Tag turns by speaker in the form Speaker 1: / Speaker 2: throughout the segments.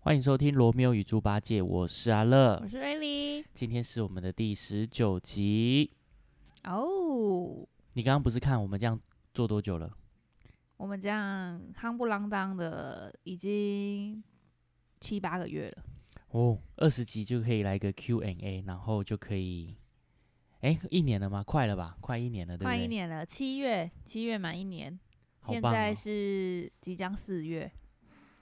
Speaker 1: 欢迎收听《罗密欧与猪八戒》，我是阿乐
Speaker 2: 我，是瑞丽。
Speaker 1: 今天是我们的第十九集。
Speaker 2: 哦，
Speaker 1: 你刚刚不是看我们这样做多久了？
Speaker 2: 我们这样夯不啷当的，已经七八个月了。
Speaker 1: 哦，二十集就可以来个 Q&A，然后就可以，哎，一年了吗？快了吧，快一年了，对不对？
Speaker 2: 快一，年了，七月七月满一年，
Speaker 1: 好
Speaker 2: 现
Speaker 1: 棒、
Speaker 2: 在
Speaker 1: 哦！
Speaker 2: 是即将四月，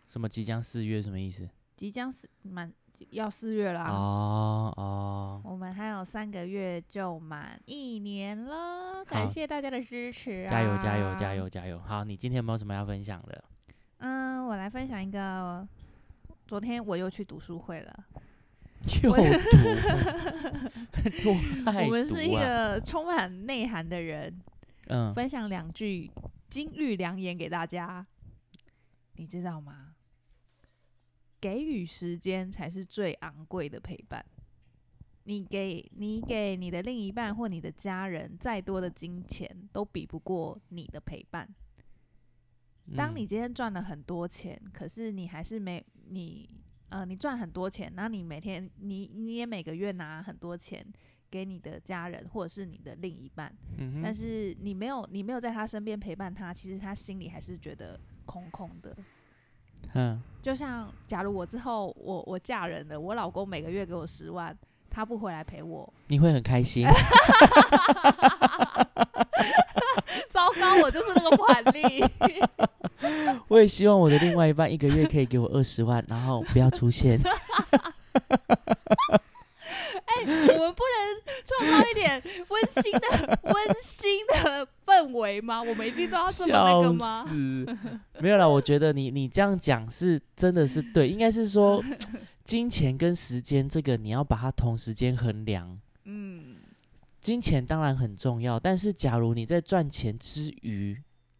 Speaker 1: 什么即将四月什么意思？
Speaker 2: 即将四满要四月了、啊
Speaker 1: 哦哦，
Speaker 2: 我们还有三个月就满一年了，感
Speaker 1: 好
Speaker 2: 谢大家的支持、啊，
Speaker 1: 加油加油加！油加油！好，你今天有没有什么要分享的？
Speaker 2: 嗯，我来分享一个，昨天我又去读书会了。
Speaker 1: 又
Speaker 2: 我
Speaker 1: 读， 多爱、啊、
Speaker 2: 我们是一个充满内涵的人，
Speaker 1: 嗯，
Speaker 2: 分享两句金玉良言给大家，你知道吗？给予时间才是最昂贵的陪伴。你给你给你的另一半或你的家人再多的金钱，都比不过你的陪伴。当
Speaker 1: 嗯
Speaker 2: 你今天赚了很多钱，可是你还是没你呃，你赚很多钱，然后你每天你你也每个月拿很多钱给你的家人或者是你的另一半，
Speaker 1: 嗯哼
Speaker 2: 但是你没有你没有在他身边陪伴他，其实他心里还是觉得空空的。
Speaker 1: 嗯，
Speaker 2: 就像假如我之后我我嫁人了，我老公每个月给我十万，他不回来陪我，
Speaker 1: 你会很开心。
Speaker 2: 糟糕，我就是那个不喊力。
Speaker 1: 我也希望我的另外一半一个月可以给我二十万， 然后不要出现。
Speaker 2: 我们不能创造一点温馨的温馨的氛围吗？我们一定都要这么那个
Speaker 1: 笑
Speaker 2: 吗？
Speaker 1: 死！没有啦，我觉得你你这样讲是真的是对，应该是说 金钱跟时间这个你要把它同时间衡量。
Speaker 2: 嗯，
Speaker 1: 金钱当然很重要，但是假如你在赚钱之余，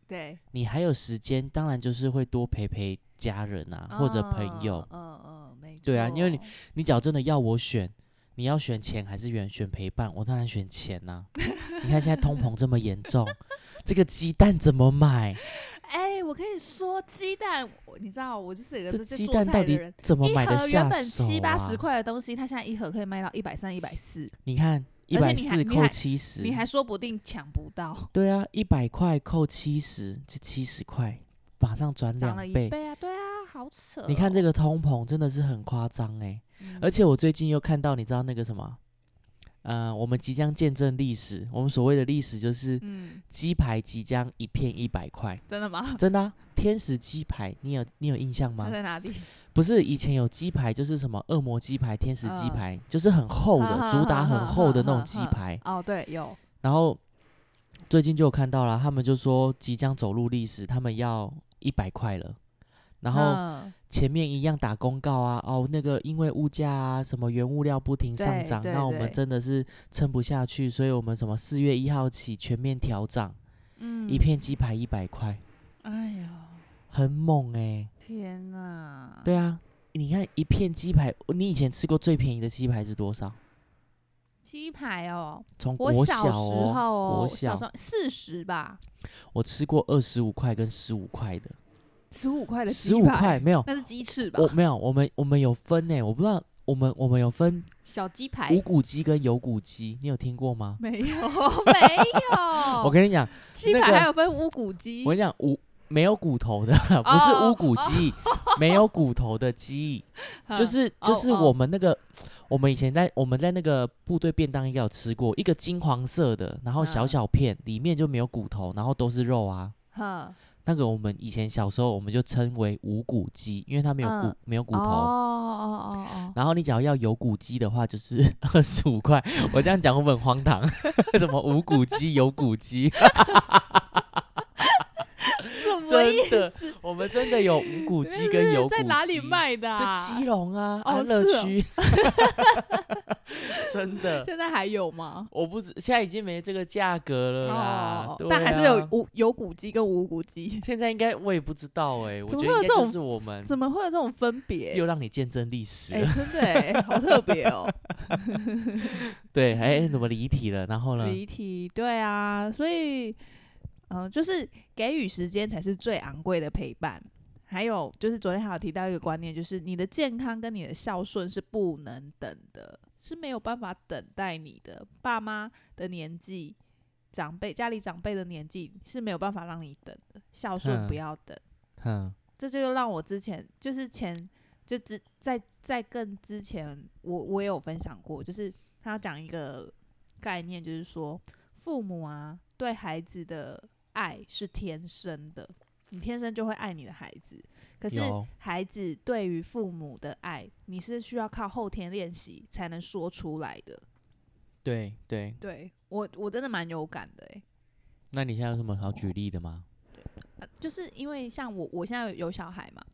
Speaker 2: 对，
Speaker 1: 你还有时间，当然就是会多陪陪家人啊、或者朋友
Speaker 2: 嗯。嗯嗯，没错。
Speaker 1: 对啊因为你假如真的要我选，你要选钱还是选选陪伴？我当然选钱呐、你看现在通膨这么严重，这个鸡蛋怎么买？
Speaker 2: 哎、我跟你说，鸡蛋，我你知道，我就是有个
Speaker 1: 这
Speaker 2: 在
Speaker 1: 鸡
Speaker 2: 做
Speaker 1: 蛋
Speaker 2: 菜
Speaker 1: 到
Speaker 2: 的
Speaker 1: 底
Speaker 2: 人
Speaker 1: 怎么
Speaker 2: 一
Speaker 1: 买得
Speaker 2: 盒原
Speaker 1: 下
Speaker 2: 本
Speaker 1: 手、啊？
Speaker 2: 七八十块的东西，它现在一盒可以卖到一百三、一百四，
Speaker 1: 你看一
Speaker 2: 而且
Speaker 1: 百
Speaker 2: 你还
Speaker 1: 四
Speaker 2: 你
Speaker 1: 扣
Speaker 2: 还
Speaker 1: 七十，
Speaker 2: 你还说不定抢不到，
Speaker 1: 对啊，一百块扣七十，这七十块马上转
Speaker 2: 涨
Speaker 1: 两
Speaker 2: 了一
Speaker 1: 倍。
Speaker 2: 倍啊！对啊，好扯哦、
Speaker 1: 你看这个通膨真的是很夸张哎，
Speaker 2: 嗯，
Speaker 1: 而且我最近又看到，你知道那个什么？呃，我们即将见证历史。我们所谓的历史就是
Speaker 2: 嗯，
Speaker 1: 鸡排即将一片一百块，
Speaker 2: 真的吗？
Speaker 1: 真的啊、天使鸡排，你有你有印象
Speaker 2: 它
Speaker 1: 吗？
Speaker 2: 在哪里？
Speaker 1: 不是以前有鸡排，就是什么恶魔鸡排、天使鸡
Speaker 2: 嗯
Speaker 1: 排，就是很厚的，
Speaker 2: 哼
Speaker 1: 主
Speaker 2: 哼
Speaker 1: 打很
Speaker 2: 哼
Speaker 1: 厚的那
Speaker 2: 哼
Speaker 1: 种鸡
Speaker 2: 哼
Speaker 1: 排。
Speaker 2: 哦，对，有，
Speaker 1: 然后最近就有看到了，他们就说即将走入历史，他们要一百块了。然后
Speaker 2: 嗯
Speaker 1: 前面一样打公告啊，哦，那个因为物价啊，什么原物料不停上
Speaker 2: 对
Speaker 1: 涨，
Speaker 2: 对
Speaker 1: 那我们
Speaker 2: 对
Speaker 1: 真的是撑不下去，所以我们什么四月一号起全面调涨，
Speaker 2: 嗯
Speaker 1: 一片鸡排一百块，
Speaker 2: 哎呦，
Speaker 1: 很猛哎、
Speaker 2: 嗯天哪！，
Speaker 1: 对啊，你看一片鸡排，你以前吃过最便宜的鸡排是多少？
Speaker 2: 鸡排哦，
Speaker 1: 从
Speaker 2: 我
Speaker 1: 国
Speaker 2: 小
Speaker 1: 小
Speaker 2: 时
Speaker 1: 哦，
Speaker 2: 候哦，
Speaker 1: 国
Speaker 2: 小时
Speaker 1: 小
Speaker 2: 候四十吧，
Speaker 1: 我吃过二十五块跟十五块的，
Speaker 2: 十五块的
Speaker 1: 十
Speaker 2: 鸡
Speaker 1: 五
Speaker 2: 排，
Speaker 1: 块 没有，
Speaker 2: 那是鸡翅吧
Speaker 1: 我？没有，我们我们有分欸呢、我不知道我们我们有分
Speaker 2: 小鸡排
Speaker 1: 无骨鸡跟有骨鸡，你有听过吗？
Speaker 2: 没有 没有，
Speaker 1: 我跟你讲，
Speaker 2: 鸡
Speaker 1: 那
Speaker 2: 排
Speaker 1: 个
Speaker 2: 还有分乌骨鸡
Speaker 1: 我跟你讲无。没有骨头的， 不是
Speaker 2: 哦
Speaker 1: 无骨鸡，没有骨头的鸡，
Speaker 2: 哼
Speaker 1: 就是就
Speaker 2: 哦
Speaker 1: 是
Speaker 2: 哦
Speaker 1: 我们那个，我们以前在我们在那个部队便当应该有吃过一个金黄色的，然后小
Speaker 2: 嗯
Speaker 1: 小片，里面就没有骨头，然后都是肉啊。
Speaker 2: 哼
Speaker 1: 那个我们以前小时候我们就称为无骨鸡，因为它没有骨、
Speaker 2: 嗯
Speaker 1: 没有骨
Speaker 2: 哦
Speaker 1: 头。
Speaker 2: 哦哦哦。
Speaker 1: 然后你只要要有骨鸡的话，就是 二十五块。我这样讲会不会很荒唐？ 什么无骨鸡、有骨 鸡？
Speaker 2: 哦什 么意
Speaker 1: 真的
Speaker 2: 思，
Speaker 1: 我们真的有无骨鸡跟有
Speaker 2: 思？
Speaker 1: 骨鸡。
Speaker 2: 在哪里？卖的
Speaker 1: 在
Speaker 2: 啊？
Speaker 1: 基隆啊，
Speaker 2: 哦
Speaker 1: 安乐
Speaker 2: 是哦
Speaker 1: 区。 真的，
Speaker 2: 现在还有吗？
Speaker 1: 我不知现在已经没这个价格了啦。
Speaker 2: 哦，
Speaker 1: 对
Speaker 2: 但还是有
Speaker 1: 啊。
Speaker 2: 无有骨鸡跟无骨鸡，
Speaker 1: 现在应该我也不知道哎、我
Speaker 2: 怎
Speaker 1: 觉得
Speaker 2: 么会有
Speaker 1: 应该
Speaker 2: 这
Speaker 1: 就
Speaker 2: 种
Speaker 1: 是我们
Speaker 2: 怎么会有这种分别？
Speaker 1: 又让你见证历史
Speaker 2: 哎、
Speaker 1: 了。
Speaker 2: 真的哎、好特别哦。
Speaker 1: 对，哎、怎么离题了？然后呢？
Speaker 2: 嗯离题，对呃啊，所以，嗯、就是给予时间才是最昂贵的陪伴。还有就是昨天还有提到一个观念，就是你的健康跟你的孝顺是不能等的，是没有办法等待你的。爸妈的年纪，长辈家里长辈的年纪是没有办法让你等的，孝顺不
Speaker 1: 嗯
Speaker 2: 要等。
Speaker 1: 哼，
Speaker 2: 这就让我之前就是前就之在在更之前，我我也有分享过，就是他要讲一个概念，就是说父母啊对孩子的爱是天生的，你天生就会爱你的孩子，可是
Speaker 1: 有
Speaker 2: 孩子对于父母的爱，你是需要靠后天练习才能说出来的。
Speaker 1: 对对。
Speaker 2: 对我我真的蛮有感的欸诶、
Speaker 1: 那你现在有什么好举例的吗？
Speaker 2: 呃，就是因为像我，我现在有小孩嘛，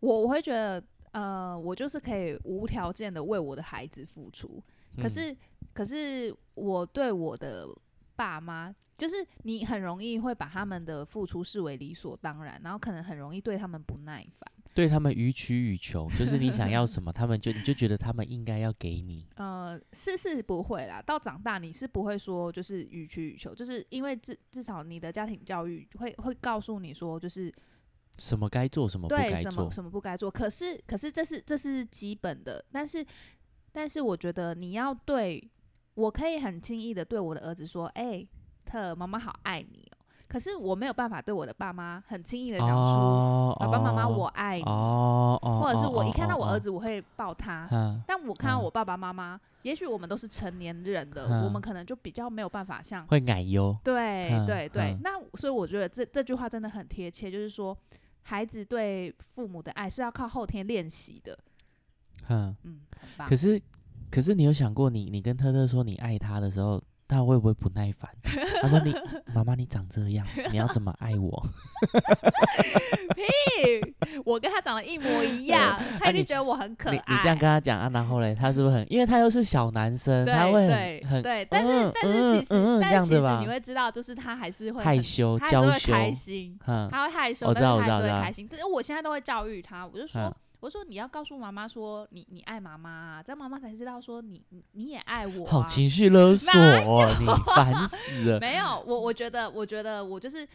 Speaker 2: 我我会觉得，呃，我就是可以无条件的为我的孩子付出。可
Speaker 1: 嗯
Speaker 2: 是，可是我对我的爸妈，就是你很容易会把他们的付出视为理所当然，然后可能很容易对他们不耐烦。
Speaker 1: 对他们予取予求，就是你想要 什么，他们就你就觉得他们应该要给你。
Speaker 2: 呃，是是不会啦，到长大你是不会说就是予取予求，就是因为至至少你的家庭教育会会告诉你说，就是
Speaker 1: 什么该做，什么不
Speaker 2: 对
Speaker 1: 该
Speaker 2: 什么
Speaker 1: 做。
Speaker 2: 什么不该做。可是可是这是这是基本的，但是但是我觉得你要对我可以很轻易的对我的儿子说，哎、特妈妈好爱你哦。可是我没有办法对我的爸妈很轻易的讲出、
Speaker 1: 哦
Speaker 2: 爸爸妈妈
Speaker 1: 哦
Speaker 2: 我爱你，
Speaker 1: 哦哦，
Speaker 2: 或者是我一看到我儿
Speaker 1: 子，
Speaker 2: 子我会抱他。
Speaker 1: 嗯，
Speaker 2: 但我看到
Speaker 1: 嗯
Speaker 2: 我爸爸妈妈，也许我们都是成年人了，我
Speaker 1: 嗯
Speaker 2: 们可能就比较没有办法像
Speaker 1: 会奶油，
Speaker 2: 对
Speaker 1: 嗯
Speaker 2: 对对
Speaker 1: 嗯，
Speaker 2: 那所以我觉得这这句话真的很贴切，就是说孩子对父母的爱是要靠后天练习的，
Speaker 1: 嗯。
Speaker 2: 嗯，很棒
Speaker 1: 可。是，可是你有想过你，你跟特特说你爱他的时候，他会不会不耐 烦？他说你妈妈，你长这样，你要怎么爱我？
Speaker 2: 嘿 我跟他长得一模 一样，他一
Speaker 1: 啊你
Speaker 2: 定觉得我很可
Speaker 1: 你
Speaker 2: 爱。
Speaker 1: 你这样跟他讲啊，然后嘞，他是不是很？因为他又是小男生，他会
Speaker 2: 对
Speaker 1: 很很
Speaker 2: 对对，但是
Speaker 1: 嗯
Speaker 2: 但是其
Speaker 1: 嗯嗯
Speaker 2: 实
Speaker 1: 嗯这
Speaker 2: 但是
Speaker 1: 样
Speaker 2: 其
Speaker 1: 子
Speaker 2: 实
Speaker 1: 吧
Speaker 2: 你会知道，就是他还是会
Speaker 1: 害
Speaker 2: 很
Speaker 1: 羞
Speaker 2: 他还
Speaker 1: 娇
Speaker 2: 是会
Speaker 1: 羞，
Speaker 2: 开心，
Speaker 1: 嗯
Speaker 2: 他会害羞，
Speaker 1: 我知道
Speaker 2: 但是他还
Speaker 1: 我知道
Speaker 2: 是会
Speaker 1: 我知道
Speaker 2: 开心。但是我现在都会教育他，我就说，
Speaker 1: 嗯
Speaker 2: 我说你要告诉妈妈说你你爱妈妈、啊，这样妈妈才知道说你你你也爱我、啊。
Speaker 1: 好情绪 勒索
Speaker 2: 哪
Speaker 1: 哦，你烦死了。
Speaker 2: 没有，我我觉得，我觉得我就是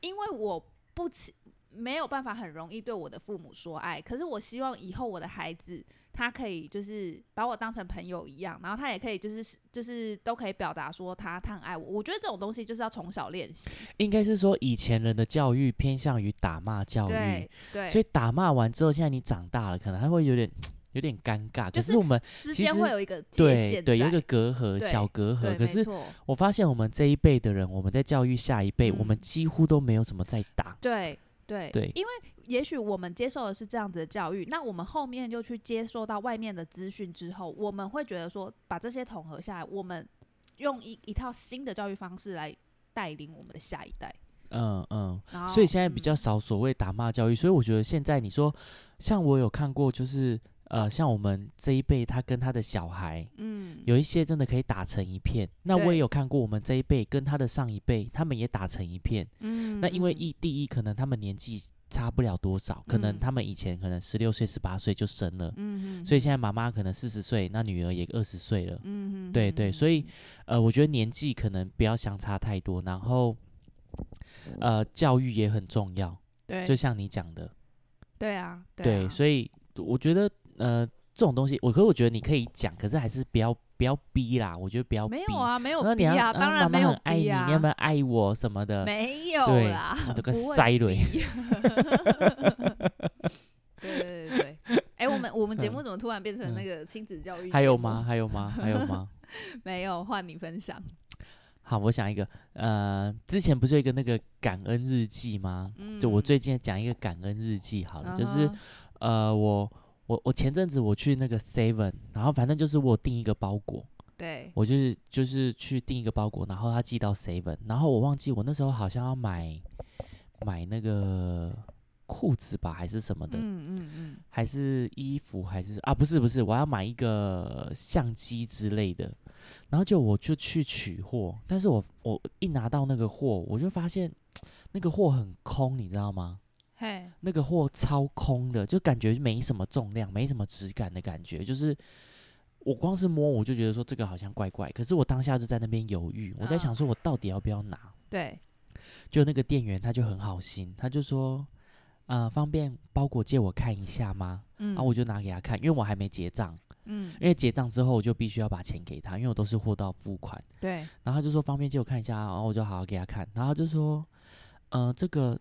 Speaker 2: 因为我不起没有办法很容易对我的父母说爱，可是我希望以后我的孩子他可以就是把我当成朋友一样，然后他也可以就是就是都可以表达说他他很爱我。我觉得这种东西就是要从小练习，
Speaker 1: 应该是说以前人的教育偏向于打骂教育
Speaker 2: 对，对，
Speaker 1: 嗯所以打骂完之后，现在你长大了，可能还会有点有点尴尬。
Speaker 2: 就
Speaker 1: 可
Speaker 2: 是
Speaker 1: 是我们
Speaker 2: 之
Speaker 1: 其
Speaker 2: 间
Speaker 1: 实
Speaker 2: 会有一个界
Speaker 1: 对
Speaker 2: 限
Speaker 1: 对有一个
Speaker 2: 在
Speaker 1: 隔阂，
Speaker 2: 对
Speaker 1: 小隔阂。
Speaker 2: 对
Speaker 1: 可
Speaker 2: 没
Speaker 1: 是
Speaker 2: 错
Speaker 1: 我发现我们这一辈的人，我们在教育下一辈，我们
Speaker 2: 嗯
Speaker 1: 几乎都没有什么在打。
Speaker 2: 对对
Speaker 1: 对
Speaker 2: 因为也许我们接受的是这样子的教育，那我们后面又去接受到外面的资讯之后，我们会觉得说，把这些统合下来，我们用一一套新的教育方式来带领我们的下一代。
Speaker 1: 嗯嗯，
Speaker 2: 然后，
Speaker 1: 所以现在比较
Speaker 2: 嗯
Speaker 1: 少所谓打骂教育。所以我觉得现在你说，像我有看过，就是呃，像我们这一辈，他跟他的小孩，
Speaker 2: 嗯
Speaker 1: 有一些真的可以打成一片。那我
Speaker 2: 对
Speaker 1: 也有看过，我们这一辈跟他的上一辈，他们也打成一片。
Speaker 2: 嗯
Speaker 1: 那因为
Speaker 2: 嗯
Speaker 1: 一第一，可能他们年纪差不了多少，可能
Speaker 2: 嗯
Speaker 1: 他们以前可能十六岁、十八岁就生了，
Speaker 2: 嗯
Speaker 1: 所以现在妈妈可能四十岁，那女儿也二十岁了。
Speaker 2: 嗯
Speaker 1: 对对，所以呃，我觉得年纪可能不要相差太多，然后呃，教育也很重要，
Speaker 2: 对
Speaker 1: 就像你讲的，
Speaker 2: 对啊
Speaker 1: 对，
Speaker 2: 以
Speaker 1: 所以我觉得呃，这种东西，我可我觉得你可以讲，可是还是不要不要逼啦，我觉得不要逼。
Speaker 2: 没有啊，没有
Speaker 1: 那你
Speaker 2: 逼
Speaker 1: 要
Speaker 2: 啊，
Speaker 1: 啊
Speaker 2: 当然
Speaker 1: 妈
Speaker 2: 没
Speaker 1: 妈
Speaker 2: 有
Speaker 1: 很爱你，
Speaker 2: 逼啊，
Speaker 1: 你要不要爱我什么的？
Speaker 2: 没有
Speaker 1: 对
Speaker 2: 啦，
Speaker 1: 你 都个
Speaker 2: 不会
Speaker 1: 塞蕊，
Speaker 2: 对对对对，哎、我们我们节目怎么突然变成那
Speaker 1: 嗯
Speaker 2: 个亲子教育？
Speaker 1: 还有吗？？还有吗？还有吗？
Speaker 2: 没有，换你分享。
Speaker 1: 好，我想一个，呃，之前不是有一个那个感恩日记吗？
Speaker 2: 嗯
Speaker 1: 就我最近讲一个感恩日记好了，就是
Speaker 2: 啊哈
Speaker 1: 呃，我我我前阵子我去那个 Seven，然后反正就是我订一个包裹，
Speaker 2: 对，
Speaker 1: 我就是就是去订一个包裹，然后他寄到 Seven，然后我忘记我那时候好像要买买那个裤子吧，还是什么的，
Speaker 2: 嗯嗯嗯，
Speaker 1: 还是衣服，还是啊不是不是，我要买一个相机之类的，然后就我就去取货，但是我我一拿到那个货，我就发现那个货很空，你知道吗？
Speaker 2: 嘿，
Speaker 1: 那个货超空的，就感觉没什么重量，没什么质感的感觉，就是我光是摸我就觉得说这个好像怪怪，可是我当下就在那边犹豫，我在想
Speaker 2: 嗯
Speaker 1: 说我到底要不要拿，
Speaker 2: 对，
Speaker 1: 就那个店员他就很好心，他就说。呃，方便包裹借我看一下吗？
Speaker 2: 嗯，
Speaker 1: 啊，我就拿给他看，因为我还没结账，
Speaker 2: 嗯，
Speaker 1: 因为结账之后我就必须要把钱给他，因为我都是货到付款。
Speaker 2: 对，
Speaker 1: 然后他就说方便借我看一下啊，然后我就好好给他看，然后他就说，呃，这个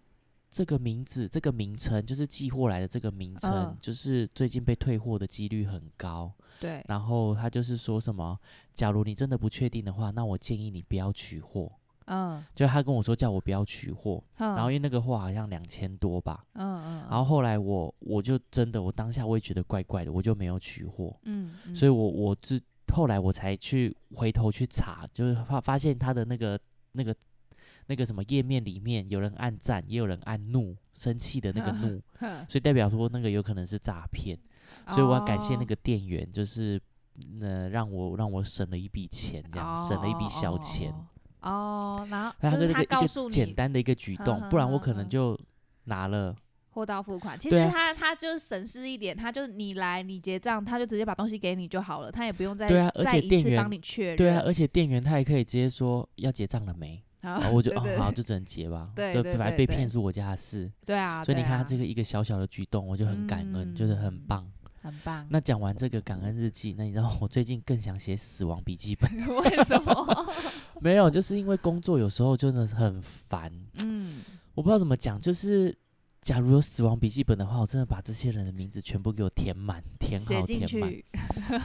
Speaker 1: 这个名字，这个名称就是寄货来的这个名称，
Speaker 2: 嗯
Speaker 1: 就是最近被退货的几率很高。
Speaker 2: 对，
Speaker 1: 然后他就是说什么，假如你真的不确定的话，那我建议你不要取货。
Speaker 2: 嗯，
Speaker 1: 就他跟我说叫我不要取货，
Speaker 2: 然
Speaker 1: 然后因为那个货好像两千多吧，
Speaker 2: 嗯嗯，
Speaker 1: 然后后来我我就真的我当下我也觉得怪怪的，我就没有取货，
Speaker 2: 嗯，嗯
Speaker 1: 所以我我是后来我才去回头去查，就是发发现他的那个那个那个什么页面里面有人按赞，也有人按怒，生气的 那个怒，
Speaker 2: 哼
Speaker 1: 所以代表说那个有可能是诈骗，所以我要感谢那
Speaker 2: 哦
Speaker 1: 个店员，就是。呃，让我让我省了一笔钱，这样省了一笔小钱。
Speaker 2: 哦哦，哦然后
Speaker 1: 他
Speaker 2: 就
Speaker 1: 跟
Speaker 2: 是
Speaker 1: 那
Speaker 2: 他
Speaker 1: 个
Speaker 2: 告
Speaker 1: 一
Speaker 2: 诉
Speaker 1: 个
Speaker 2: 你
Speaker 1: 简单的一个举
Speaker 2: 哼
Speaker 1: 动，
Speaker 2: 哼
Speaker 1: 不然我
Speaker 2: 哼
Speaker 1: 可能
Speaker 2: 哼
Speaker 1: 就拿了。
Speaker 2: 货到付款，其
Speaker 1: 对
Speaker 2: 实
Speaker 1: 啊
Speaker 2: 他他就是省事一点，他就你来你结账，他就直接把东西给你就好了，他也不用再
Speaker 1: 对啊而
Speaker 2: 再
Speaker 1: 且
Speaker 2: 一
Speaker 1: 店
Speaker 2: 次
Speaker 1: 员
Speaker 2: 帮你确认。
Speaker 1: 对啊，而且店员他也可以直接说要结账了 没，然
Speaker 2: 啊，
Speaker 1: 后我就
Speaker 2: 对对
Speaker 1: 哦好就只能结吧。
Speaker 2: 对对
Speaker 1: 反
Speaker 2: 对
Speaker 1: 正被
Speaker 2: 对
Speaker 1: 骗是我家的事，
Speaker 2: 对啊，
Speaker 1: 所以你
Speaker 2: 对
Speaker 1: 看他
Speaker 2: 啊
Speaker 1: 这个一个小小的举动，我就很感恩，就是很
Speaker 2: 嗯
Speaker 1: 棒。
Speaker 2: 很 棒。
Speaker 1: 那讲完这个感恩日记，那你知道我最近更想写死亡笔记本，
Speaker 2: 为什么？
Speaker 1: 没有，就是因为工作有时候真的是很烦，
Speaker 2: 嗯，
Speaker 1: 我不知道怎么讲，就是。假如有死亡笔记本的话，我真的把这些人的名字全部给我填满，填
Speaker 2: 写
Speaker 1: 好，
Speaker 2: 进
Speaker 1: 填满。
Speaker 2: 去，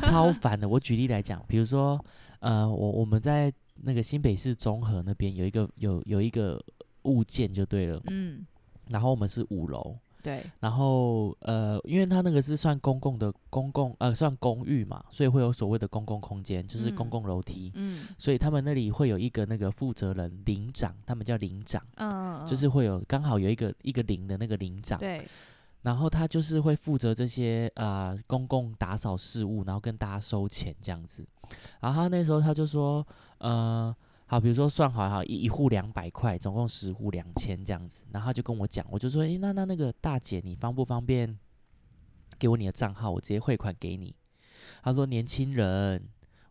Speaker 1: 超烦的。我举例来讲，比如说，呃，我我们在那个新北市中和那边有一个有有一个物件就对了，
Speaker 2: 嗯，
Speaker 1: 然后我们是五楼，
Speaker 2: 对，
Speaker 1: 然后呃，因为它那个是算公共的公共呃算公寓嘛，所以会有所谓的公共空间，就是公
Speaker 2: 嗯
Speaker 1: 共楼梯。
Speaker 2: 嗯
Speaker 1: 所以他们那里会有一个那个负责人领长，他们叫领长，
Speaker 2: 嗯，嗯
Speaker 1: 就是会有刚好有一个一个零的那个领长，
Speaker 2: 对，
Speaker 1: 然后他就是会负责这些呃公共打扫事务，然后跟大家收钱这样子。然后他那时候他就说，呃，好，比如说算好好一一户两百块，总共十户两千这样子。然后他就跟我讲，我就说，诶，那那那个大姐，你方不方便给我你的账号，我直接汇款给你？他说，年轻人，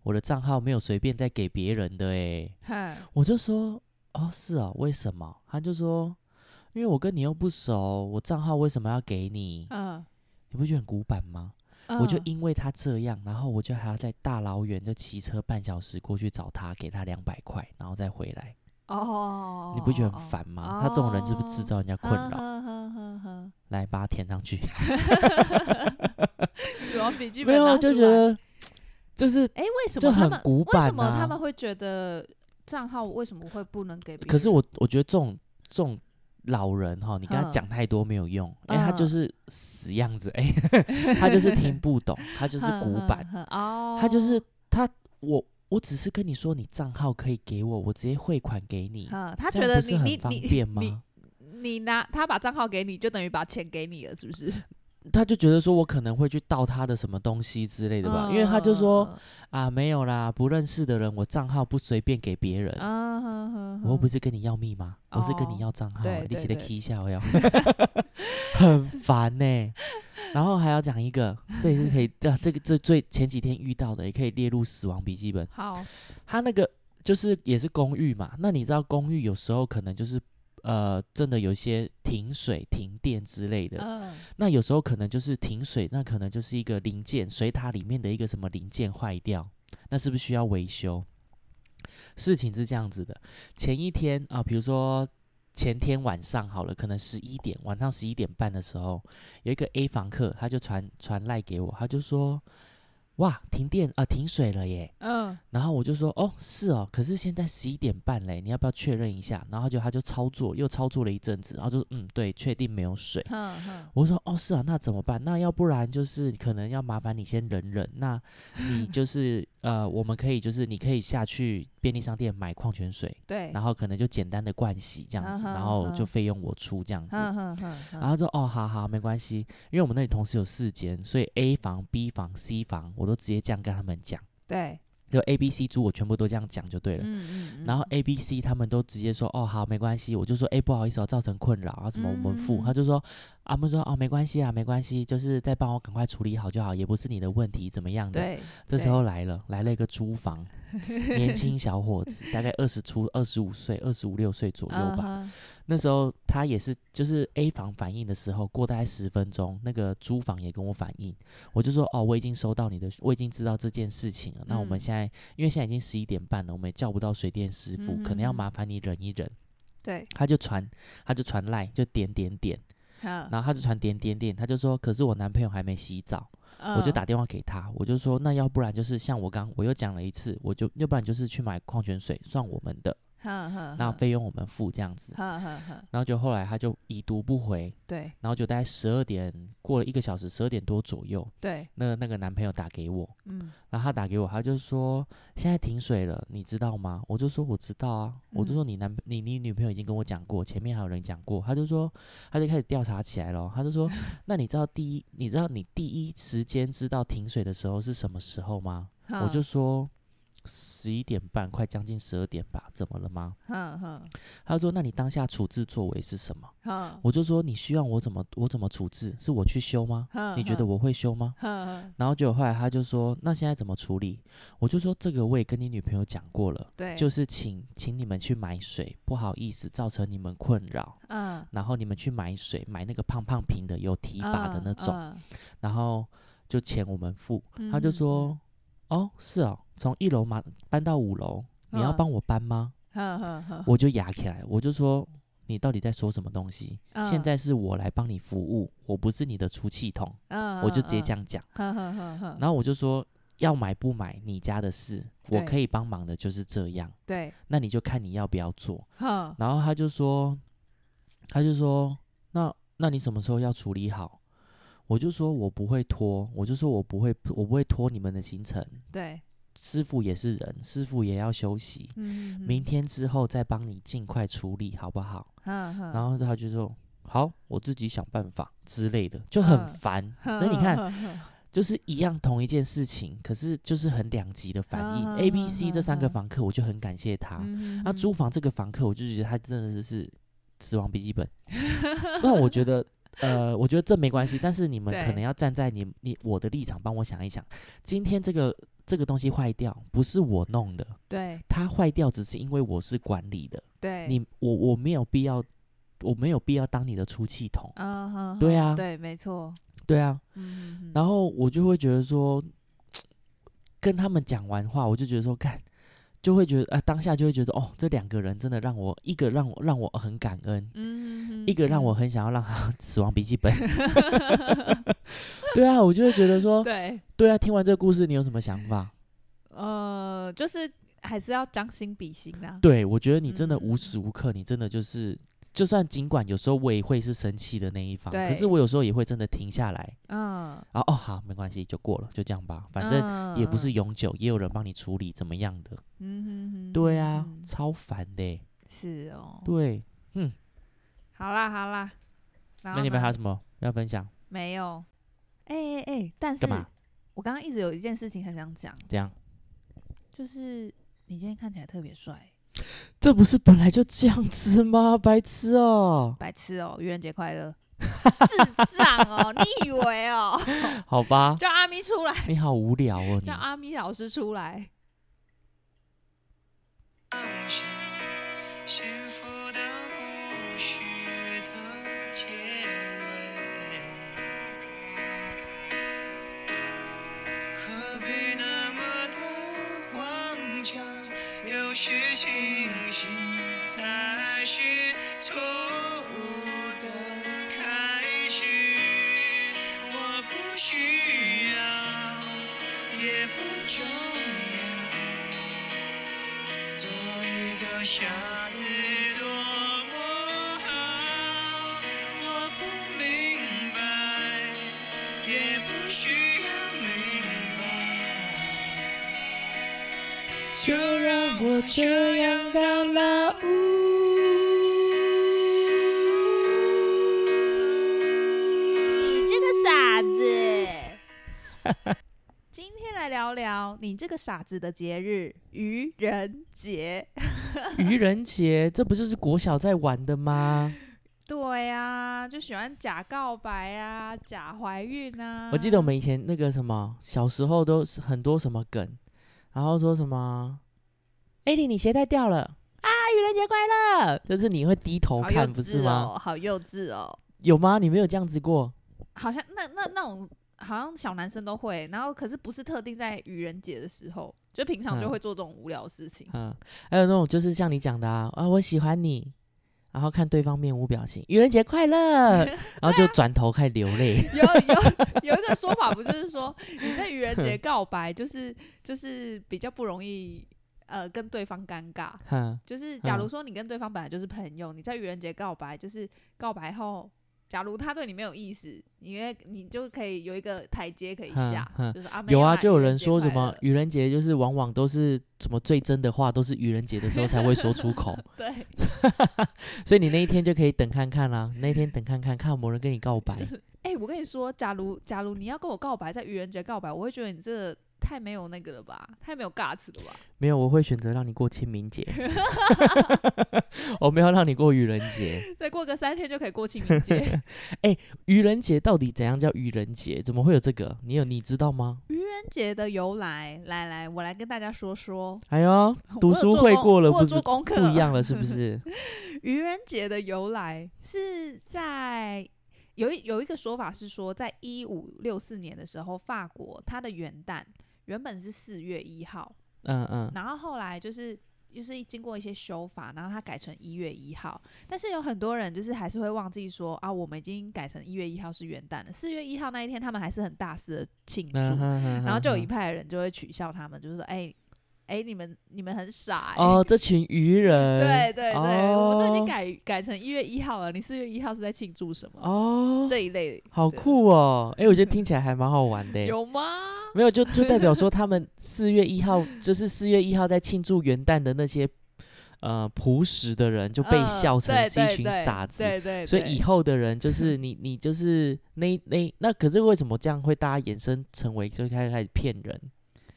Speaker 1: 我的账号没有随便再给别人的诶。
Speaker 2: 哼，
Speaker 1: 我就说哦，是哦，为什么？他就说，因为我跟你又不熟，我账号为什么要给你？
Speaker 2: 嗯，
Speaker 1: 你不觉得很古板吗？我就
Speaker 2: 嗯
Speaker 1: 因为他这样，然后我就还要在大老远就骑车半小时过去找他，给他两百块，然后再回来，
Speaker 2: 哦，嗯
Speaker 1: 你不觉得很烦吗？他这种人是不是制造人家困扰？
Speaker 2: 扰？
Speaker 1: 来，把它填上去。
Speaker 2: 死亡笔记
Speaker 1: 没
Speaker 2: 本拿
Speaker 1: 有，
Speaker 2: 出
Speaker 1: 就觉
Speaker 2: 来
Speaker 1: 得就是，
Speaker 2: 哎，为什
Speaker 1: 这
Speaker 2: 么他
Speaker 1: 很
Speaker 2: 们
Speaker 1: 古
Speaker 2: 为什
Speaker 1: 板
Speaker 2: 么他
Speaker 1: 啊
Speaker 2: 们会觉得账号为什么会不能给别人？
Speaker 1: 可是我我觉得这种这种。老人哈，你跟他
Speaker 2: 嗯
Speaker 1: 讲太多没有用，因为他就
Speaker 2: 嗯
Speaker 1: 是死样子，哎、他就是听不懂，他就是
Speaker 2: 哼
Speaker 1: 古
Speaker 2: 哼
Speaker 1: 板，
Speaker 2: 哼嗯哦，
Speaker 1: 他就是他，我我只是跟你说，你账号可以给我，我直接汇款给你，
Speaker 2: 哼，他
Speaker 1: 这
Speaker 2: 觉
Speaker 1: 样
Speaker 2: 得
Speaker 1: 不是
Speaker 2: 你
Speaker 1: 很
Speaker 2: 你
Speaker 1: 方
Speaker 2: 你
Speaker 1: 便
Speaker 2: 你
Speaker 1: 吗？
Speaker 2: 你拿他把账号给你，就等于把钱给你了，是不 是？
Speaker 1: 他就觉得说我可能会去盗他的什么东西之类的吧，因为他就说
Speaker 2: 嗯
Speaker 1: 啊没有啦，不认识的人我账号不随便给别人。
Speaker 2: 嗯，啊哼哼
Speaker 1: 我又不
Speaker 2: 哼
Speaker 1: 是跟你要密码，我是跟
Speaker 2: 哦
Speaker 1: 你要账号
Speaker 2: 对
Speaker 1: 欸，你
Speaker 2: 对
Speaker 1: 记得
Speaker 2: 对
Speaker 1: key 一下 我要，很烦呢、然后还要讲一个，这也是可以，这这个这最前几天遇到的，也可以列入死亡笔记本。
Speaker 2: 好，
Speaker 1: 他那个就是也是公寓嘛，那你知道公寓有时候可能就是呃，真的有一些停水、停电之类的。
Speaker 2: 嗯
Speaker 1: 那有时候可能就是停水，那可能就是一个零件水塔里面的一个什么零件坏掉，那是不是需要维修？事情是这样子的，前一天啊，比如说前天晚上好了，可能十一点，晚上十一点半的时候，有一个 A 房客，他就传传赖给我，他就说，哇，停电啊、停水了耶！
Speaker 2: 嗯，
Speaker 1: 然后我就说，哦，是哦，可是现在十一点半嘞，你要不要确认一下？然后就他就操作，又操作了一阵子，然后就嗯，对，确定没有水。
Speaker 2: 哼哼，
Speaker 1: 我说哦，是啊，那怎么办？那要不然就是可能要麻烦你先忍忍。那 你就是呃，我们可以就是你可以下去便利商店买矿泉水，
Speaker 2: 对，
Speaker 1: 然后可能就简单的灌洗这样子，
Speaker 2: 嗯哼
Speaker 1: 然后就
Speaker 2: 嗯
Speaker 1: 费用我出这样子。
Speaker 2: 哼哼哼哼，
Speaker 1: 然后就哦，好好，没关系，因为我们那里同时有四间，所以 A 房、B 房、C 房，我都直接这样跟他们讲，
Speaker 2: 对，
Speaker 1: 就 A、B、C 组，我全部都这样讲就对了。
Speaker 2: 嗯嗯，
Speaker 1: 然后
Speaker 2: 嗯
Speaker 1: A、B、C 他们都直接说，哦，好，没关系。我就说，哎、不好意思、哦，造成困扰啊，什么我们付。
Speaker 2: 嗯
Speaker 1: 他就说，阿木说哦，没关系啊，没关系，就是再帮我赶快处理好就好，也不是你的问题，怎么样的？
Speaker 2: 对，
Speaker 1: 这时
Speaker 2: 对
Speaker 1: 候来了，来了一个租房年轻小伙子，大概二十出、二十五岁、二十五六岁左右吧。
Speaker 2: 嗯哼
Speaker 1: 那时候他也是，就是 A 房反应的时候，过大概十分钟，那个租房也跟我反映，我就说哦，我已经收到你的，我已经知道这件事情了。那我们
Speaker 2: 嗯
Speaker 1: 现在，因为现在已经十一点半了，我们也叫不到水电师傅，可能要
Speaker 2: 嗯
Speaker 1: 麻烦你忍一忍。
Speaker 2: 对，
Speaker 1: 他就传，他就传赖，就点点点，
Speaker 2: 然
Speaker 1: 然后他就传点点点，他就说，可是我男朋友还没洗澡。我
Speaker 2: 嗯
Speaker 1: 就打电话给他，我就说那要不然就是像我刚我又讲了一次，我就要不然就是去买矿泉水算我们的，
Speaker 2: 哼哼，
Speaker 1: 那
Speaker 2: 嗯哼，
Speaker 1: 费用我们付这样子。
Speaker 2: 哼哼哼，
Speaker 1: 然后就后来他就已读不回，
Speaker 2: 对
Speaker 1: 然后就大概十二点过了一个小时，十二点多左右，
Speaker 2: 对，
Speaker 1: 那那个男朋友打给我，
Speaker 2: 嗯，
Speaker 1: 然后他打给我，他就说现在停水了，你知道吗？我就说我知道啊，我就说你男你你女朋友已经跟我讲过，前面还有人讲过，他就说他就开始调查起来了，他就说那你知道第一你知道你第一时间知道停水的时候是什么时候吗？我
Speaker 2: 哼
Speaker 1: 就说十一点半，快将近十二点吧，怎么了吗？
Speaker 2: 哼哼
Speaker 1: 他说那你当下处置作为是什么？
Speaker 2: 哼，
Speaker 1: 我就说你希望我怎么我怎么处置？是我去修吗？
Speaker 2: 哼
Speaker 1: 你觉得
Speaker 2: 哼
Speaker 1: 我会修吗？
Speaker 2: 哼哼
Speaker 1: 然后就后来他就说，那现在怎么处理？我就说这个我也跟你女朋友讲过了，
Speaker 2: 对，
Speaker 1: 就是请请你们去买水，不好意思造成你们困扰，
Speaker 2: 嗯
Speaker 1: 然后你们去买水，买那个胖胖瓶的有提把的那种，
Speaker 2: 嗯
Speaker 1: 然后就钱我们付。
Speaker 2: 嗯
Speaker 1: 他就
Speaker 2: 嗯
Speaker 1: 说，哦是哦，从一楼嘛搬到五楼，你要
Speaker 2: 嗯
Speaker 1: 帮我搬吗？
Speaker 2: 哼哼哼，
Speaker 1: 我就哑起来，我就说你到底在说什么东西？现
Speaker 2: 嗯
Speaker 1: 在是我来帮你服务，我不是你的出气筒，
Speaker 2: 嗯
Speaker 1: 我就直接，这
Speaker 2: 嗯
Speaker 1: 样讲。
Speaker 2: 嗯哼哼哼哼，
Speaker 1: 然后我就说要买不买你家的事，我
Speaker 2: 对
Speaker 1: 可以帮忙的就是这样，
Speaker 2: 对，
Speaker 1: 那你就看你要不要做。
Speaker 2: 哼
Speaker 1: 然后他就说，他就说那那你什么时候要处理好？我就说我不会拖，我就说我不会我不会拖你们的行程，
Speaker 2: 对，
Speaker 1: 师傅也是人，师傅也要休息，
Speaker 2: 嗯，
Speaker 1: 明天之后再帮你尽快处理好不好？
Speaker 2: 哼哼，
Speaker 1: 然后他就说好，我自己想办法之类的，就很
Speaker 2: 嗯
Speaker 1: 烦。
Speaker 2: 哼
Speaker 1: 那你看，啊
Speaker 2: 哼哼哼
Speaker 1: 就是一样同一件事情，可是就是很两极的反应。A、B、C 这三个房客，我就很感谢他。
Speaker 2: 嗯
Speaker 1: 那
Speaker 2: 哼
Speaker 1: 租房这个房客，我就觉得他真的是是死亡笔记 本。那我觉得，呃，我觉得这没关系，但是你们可
Speaker 2: 对
Speaker 1: 能要站在你你我的立场，帮我想一想，今天这个这个东西坏掉，不是我弄的，
Speaker 2: 对
Speaker 1: 它坏掉只是因为我是管理的，
Speaker 2: 对，
Speaker 1: 你我我没有必要，我没有必要当你的出气筒。
Speaker 2: 嗯哼，
Speaker 1: 对
Speaker 2: 哼
Speaker 1: 啊
Speaker 2: 对，没错，
Speaker 1: 对啊，
Speaker 2: 嗯，后
Speaker 1: 然后我就会觉得说，跟他们讲完话，我就觉得说，看，就会觉得啊、当下就会觉得，哦，这两个人真的让我，一个让我让我很感恩，
Speaker 2: 嗯，
Speaker 1: 一个让我很想要让他 死亡笔记本。 对啊，我就会觉得说，
Speaker 2: 嗯对，嗯
Speaker 1: 对啊，听完这个故事，你有什么想法？
Speaker 2: 呃，就是还是要将心比心啊啦。
Speaker 1: 对我觉得你真的无
Speaker 2: 嗯
Speaker 1: 时无刻，你真的就是。就算尽管有时候我也会是生气的那一方，可是
Speaker 2: 对
Speaker 1: 我有时候也会真的停下来，
Speaker 2: 嗯，
Speaker 1: 然后哦好，没关系，就过了，就这样吧，反正
Speaker 2: 正
Speaker 1: 也不是，永久，也有人帮你处理怎么样的。
Speaker 2: 嗯哼哼，
Speaker 1: 对啊，
Speaker 2: 嗯
Speaker 1: 超烦的欸。
Speaker 2: 是哦。
Speaker 1: 对，
Speaker 2: 好啦好啦，
Speaker 1: 那
Speaker 2: 然后
Speaker 1: 你们
Speaker 2: 呢
Speaker 1: 还有什么要分享？
Speaker 2: 没有？哎哎哎，但是
Speaker 1: 干嘛？
Speaker 2: 我刚刚一直有一件事情很想讲，
Speaker 1: 这样？
Speaker 2: 就是你今天看起来特别帅，
Speaker 1: 这不是本来就这样子吗？白痴哦、
Speaker 2: 白痴哦，愚人节快乐。智障 哦，你以为哦？
Speaker 1: 好 吧，
Speaker 2: 叫阿咪出来，
Speaker 1: 你好无聊哦、你
Speaker 2: 叫。阿咪老师出来。
Speaker 3: 幸福的故事的结尾，何必那么的慌张？有时清醒才是错误的开始。我不需要，也不重要。做一个傻子多么好，我不明白，也不需要明白，就让我这样到老。
Speaker 2: 你这个傻子！ 今天来聊聊你这个傻子的节日——愚人节。
Speaker 1: 愚人节，这不就是国小在玩的吗？
Speaker 2: 对啊，就喜欢假告白啊，假怀孕啊。
Speaker 1: 我记得我们以前那个什么，小时候都是很多什么梗，然后说什么，艾莉你鞋带掉了啊，愚人节快乐，就是你会低头
Speaker 2: 好幼
Speaker 1: 看，不是
Speaker 2: 稚
Speaker 1: 吗？
Speaker 2: 哦，好幼稚哦，
Speaker 1: 有吗？你没有这样子过？
Speaker 2: 好像那那那种好像小男生都会，然后可是不是特定在愚人节的时候，就平常就
Speaker 1: 嗯
Speaker 2: 会做这种无聊的事情。
Speaker 1: 嗯，还有那种就是像你讲的啊，啊我喜欢你，然后看对方面无表情，愚人节快乐， 然后就转头开始流泪。
Speaker 2: 有有有一个说法，不就是说你在愚人
Speaker 1: 嗯
Speaker 2: 节告白，就是就是比较不容易呃跟对方尴尬。
Speaker 1: 哼，
Speaker 2: 就是假如
Speaker 1: 嗯
Speaker 2: 说你跟对方本来就是朋友，你在愚人节告白，就是告白后，假如他对你没有意思，你会你就可以有一个台阶可以
Speaker 1: 哼
Speaker 2: 下，
Speaker 1: 哼
Speaker 2: 就是啊没
Speaker 1: 有啊，
Speaker 2: 啦
Speaker 1: 就有人说什
Speaker 2: 愚人
Speaker 1: 么
Speaker 2: 节
Speaker 1: 愚人节就是往往都是什么最真的话，都是愚人节的时候才会说出 口，
Speaker 2: 快乐
Speaker 1: 所以你那一天就可以等看看啦、那一天等看看看有没有人跟你告白
Speaker 2: 对，就。是哎、我跟你说，假如假如你要跟我告白，在愚人节告白，我会觉得你这个太没有那个了吧，太没有 guts 了吧？
Speaker 1: 没有，我会选择让你过清明 节，我没有让你过愚人节。
Speaker 2: 再过个三天就可以过清明节，
Speaker 1: 愚人节到底怎样叫愚人节？怎么会有这个？你有你知道吗？
Speaker 2: 愚人节的由来，来来，我来跟大家 说说。
Speaker 1: 哎呦，读
Speaker 2: 我有
Speaker 1: 书
Speaker 2: 做
Speaker 1: 会
Speaker 2: 功
Speaker 1: 过了
Speaker 2: 我有
Speaker 1: 不
Speaker 2: 做
Speaker 1: 是
Speaker 2: 功课，
Speaker 1: 不一样了，是不是？
Speaker 2: 愚人节的由来是在有一有一个说法是说，在一五六四年的时候，法国它的元旦原本是四月一号，
Speaker 1: 嗯嗯，
Speaker 2: 然后后来就是就是经过一些修法，然后它改成一月一号。但是有很多人就是还是会忘记说啊，我们已经改成一月一号是元旦了，四月一号那一天他们还是很大肆的庆祝，
Speaker 1: 嗯哼哼
Speaker 2: 然后就有一
Speaker 1: 哼
Speaker 2: 派人就会取笑他们，就是说哎哎你们你们很傻、欸、
Speaker 1: 哦，这群愚人，
Speaker 2: 对对对，我们都已经
Speaker 1: 哦
Speaker 2: 改改成一月一号了，你四月一号是在庆祝什么？
Speaker 1: 哦，
Speaker 2: 这一类
Speaker 1: 好
Speaker 2: 的
Speaker 1: 酷哦！哎，我觉得听起来还蛮好玩的。
Speaker 2: 有啊吗？
Speaker 1: 没有，就就代表 说他们四月一号，就是四月一号在庆祝元旦的那些呃朴实的人，就被
Speaker 2: 嗯
Speaker 1: 笑成
Speaker 2: 对
Speaker 1: 是一
Speaker 2: 对
Speaker 1: 群
Speaker 2: 对
Speaker 1: 傻子。
Speaker 2: 对对，
Speaker 1: 所
Speaker 2: 对
Speaker 1: 以以后的人就是你，你就是那那那，可是为什么这样会大家衍生成为就开始开始骗人？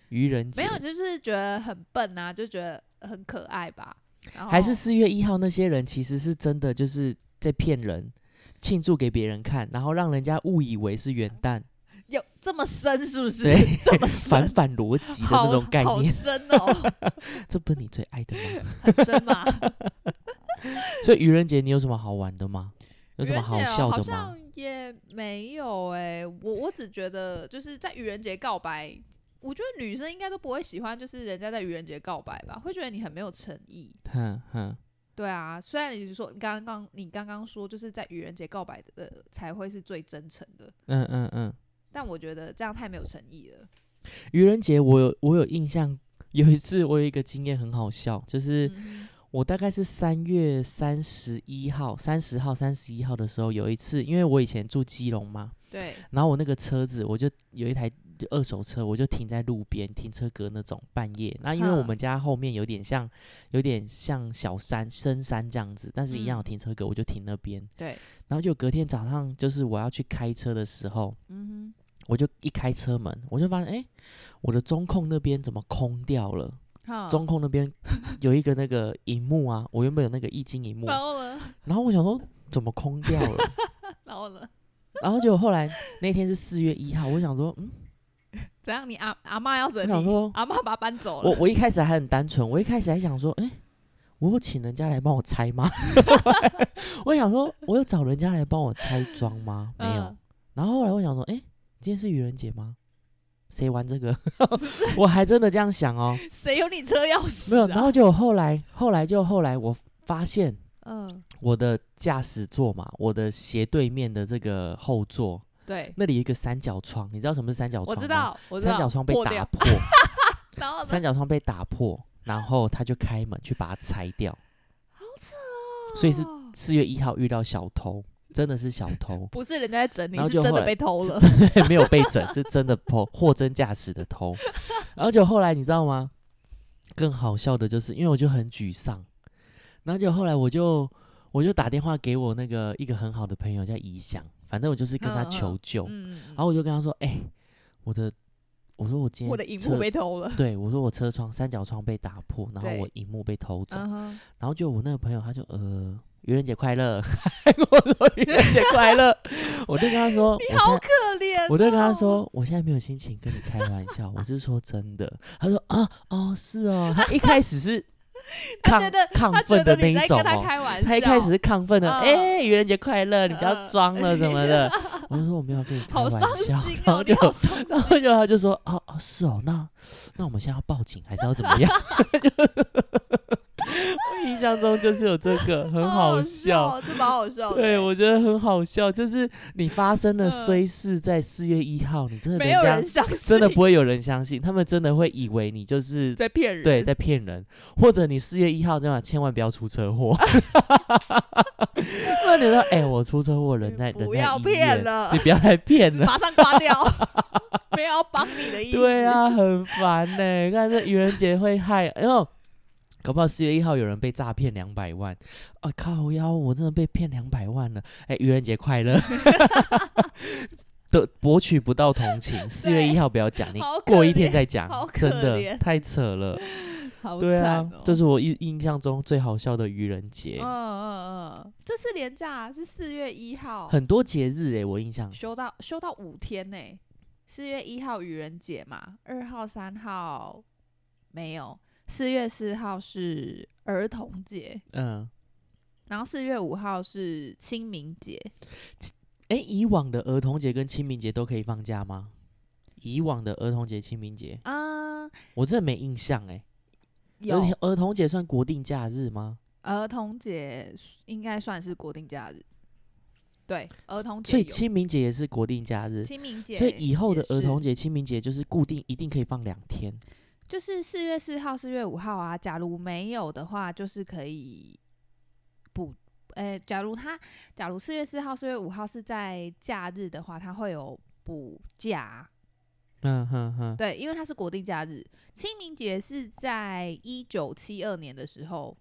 Speaker 1: 愚人节
Speaker 2: 没有，就是觉得很笨啊，就觉得很可爱吧。然后
Speaker 1: 还是四月一号那些人其实是真的就是在骗人，庆祝给别人看，然后让人家误以为是元旦，
Speaker 2: 有这么深是不是
Speaker 1: 对？
Speaker 2: 这么
Speaker 1: 反
Speaker 2: 深，
Speaker 1: 反逻辑的那
Speaker 2: 好
Speaker 1: 种概
Speaker 2: 好
Speaker 1: 念，
Speaker 2: 深哦，
Speaker 1: 这不是你最爱的吗？
Speaker 2: 很 深嘛。
Speaker 1: 所以愚人节你有什么好玩的吗？有什么
Speaker 2: 愚人节哦
Speaker 1: 笑
Speaker 2: 好
Speaker 1: 的吗？
Speaker 2: 像也没有哎、我我只觉得就是在愚人节告白，我觉得女生应该都不会喜欢，就是人家在愚人节告白吧，会觉得你很没有诚意。
Speaker 1: 哼哼，
Speaker 2: 对啊，虽然你说你刚刚你刚刚说就是在愚人节告白的、呃才会是最真诚的，
Speaker 1: 嗯嗯嗯。
Speaker 2: 但我觉得这样太没有诚意了。
Speaker 1: 愚人节我有我有印象，有一次我有一个经验很好笑，就是
Speaker 2: 嗯
Speaker 1: 我大概是三月三十一号、三十号、三十一号的时候，有一次，因为我以前住基隆嘛，
Speaker 2: 哼对，
Speaker 1: 然后我那个车子，我就有一台就二手车，我就停在路边停车格那种半夜。那因为我
Speaker 2: 哼
Speaker 1: 们家后面有点像，有点像小山深山这样子，但是一样有
Speaker 2: 嗯
Speaker 1: 停车格，我就停那边。
Speaker 2: 对。
Speaker 1: 然后就隔天早上，就是我要去开车的时候，
Speaker 2: 嗯
Speaker 1: 我就一开车门，我就发现，哎、我的中控那边怎么空掉了？
Speaker 2: 哼，好
Speaker 1: 中控那边有一个那个荧幕啊，我原本有那个液晶荧幕，
Speaker 2: 然后呢，
Speaker 1: 然后我想说嗯怎么空掉了？
Speaker 2: 然后呢，
Speaker 1: 然后结果后来那天是四月一号，我想说，嗯。
Speaker 2: 怎样？你阿阿妈要整
Speaker 1: 我想
Speaker 2: 理，
Speaker 1: 说，
Speaker 2: 阿妈把他搬走
Speaker 1: 我
Speaker 2: 了，
Speaker 1: 我一开始还很单纯，我一开始还想说，哎、我有请人家来帮我拆 吗？ 我想说，我有找人家来帮我拆装吗？没有。
Speaker 2: 嗯
Speaker 1: 然后后来我想说，哎、今天是愚人节吗？谁玩 这个？我还真的这样想哦，
Speaker 2: 谁有你车钥匙、啊？
Speaker 1: 没有。然后就后来，后来就后来，我发现
Speaker 2: 嗯，
Speaker 1: 我的驾驶座嘛，我的斜对面的这个后座
Speaker 2: 对，
Speaker 1: 那里有一个三角窗，你知道什么是三角窗吗？
Speaker 2: 我知，道，我知道，
Speaker 1: 三角窗被
Speaker 2: 破
Speaker 1: 打
Speaker 2: 掉，
Speaker 1: 破。
Speaker 2: 然后呢
Speaker 1: 三角窗被打破，然后他就开门去把它拆掉。所以是
Speaker 2: 哦，
Speaker 1: 四月一号遇到小偷，真的是小偷
Speaker 2: 不是人家在整理
Speaker 1: 然，后
Speaker 2: 是
Speaker 1: 就
Speaker 2: 真
Speaker 1: 后
Speaker 2: 的
Speaker 1: 来
Speaker 2: 被偷了。
Speaker 1: 没有被整，是真的偷，货真价实的偷。然后就后来你知道吗？更好笑的就是，因为我就很沮丧，然后就后来我就我就打电话给我那个一个很好的朋友叫怡翔，反正我就是跟他
Speaker 2: 嗯嗯
Speaker 1: 求救，
Speaker 2: 嗯，嗯
Speaker 1: 然后我就跟他说：“哎、我的，我说我今天
Speaker 2: 我的荧
Speaker 1: 车
Speaker 2: 幕被偷了。
Speaker 1: 对我说我车窗三角窗被打破，然后
Speaker 2: 对
Speaker 1: 我荧幕被偷走。”
Speaker 2: 嗯哼，
Speaker 1: 然后就我那个朋友他就呃，愚人节快乐， 还跟我说愚人节快乐，我就跟他说，我
Speaker 2: 你
Speaker 1: 现
Speaker 2: 好
Speaker 1: 在
Speaker 2: 可怜、哦
Speaker 1: 我就跟他，说，我现在没有心情跟你开玩笑，我是说真的。他说啊，哦，是哦。他一开始是
Speaker 2: 他
Speaker 1: 亢
Speaker 2: 觉得他
Speaker 1: 亢
Speaker 2: 觉
Speaker 1: 奋
Speaker 2: 得
Speaker 1: 的
Speaker 2: 你
Speaker 1: 那
Speaker 2: 在
Speaker 1: 一种
Speaker 2: 跟他
Speaker 1: 哦，
Speaker 2: 开玩笑，
Speaker 1: 他一开始是亢奋的，
Speaker 2: 嗯
Speaker 1: 哎，愚人节快乐，你不要
Speaker 2: 嗯
Speaker 1: 装了什么 的。我就说我没有跟你开
Speaker 2: 好
Speaker 1: 玩
Speaker 2: 伤心
Speaker 1: 笑， 然
Speaker 2: 哦
Speaker 1: 后，就
Speaker 2: 你好伤心。
Speaker 1: 然后就他就说哦哦是哦，那那我们现在要报警还是要怎么样？ 我印象中就是有这个， 很好笑。
Speaker 2: 哦笑，这蛮好笑的。
Speaker 1: 对，我觉得很好笑，就是你发生了
Speaker 2: 嗯
Speaker 1: 虽事在四月一号，你真的
Speaker 2: 没有
Speaker 1: 人家
Speaker 2: 人相信，
Speaker 1: 真的不会有人相信，他们真的会以为你就是
Speaker 2: 在骗人。
Speaker 1: 对在骗人，或者你四月一号这样，千万不要出车祸。 不然你说，哎、我出车祸，人在人
Speaker 2: 嗯不
Speaker 1: 在
Speaker 2: 要
Speaker 1: 医
Speaker 2: 骗
Speaker 1: 院，
Speaker 2: 了
Speaker 1: 你，不要再骗了。
Speaker 2: 马上挂掉， 没有要帮你的意思。
Speaker 1: 对，啊，很烦呢、看这愚人节会害，哎呦，搞不好四月一号有人被诈骗两百万，啊靠腰，我真的被骗两百万了！哎、愚人节快乐。 的博取不到同 情，四月一号不要讲，你
Speaker 2: 好可
Speaker 1: 过一天
Speaker 2: 怜
Speaker 1: 再讲
Speaker 2: 好，
Speaker 1: 真
Speaker 2: 可
Speaker 1: 的
Speaker 2: 怜
Speaker 1: 太扯了。
Speaker 2: 好
Speaker 1: 对啊
Speaker 2: 惨哦。，
Speaker 1: 这是我印印象中最好笑的愚人节
Speaker 2: 嗯，嗯嗯，这次连假是四月一号，
Speaker 1: 很多节日哎、我印象
Speaker 2: 休到休到五天呢、四月一号愚人节嘛，二号、三号没有，四月四号是儿童节，
Speaker 1: 嗯，
Speaker 2: 然后四月五号是清明节，
Speaker 1: 哎、以往的儿童节跟清明节都可以放假吗？以往的儿童节、清明节，
Speaker 2: 嗯，
Speaker 1: 我真的没印象哎、
Speaker 2: 有
Speaker 1: 儿儿童节算国定假日吗？
Speaker 2: 儿童节应该算是国定假日，对，儿童节
Speaker 1: 所以
Speaker 2: 有
Speaker 1: 清明节也是国定假日，
Speaker 2: 清明节，
Speaker 1: 所以以后的儿童节、
Speaker 2: 节
Speaker 1: 清明节就是固定一定可以放两天。
Speaker 2: 就是四月四号、四月五号啊。假如没有的话，就是可以补。诶、假如他假如四月四号、四月五号是在假日的话，他会有补假。
Speaker 1: 嗯哼哼，
Speaker 2: 对，因为它是国定假日。清明节是在一九七二年的时候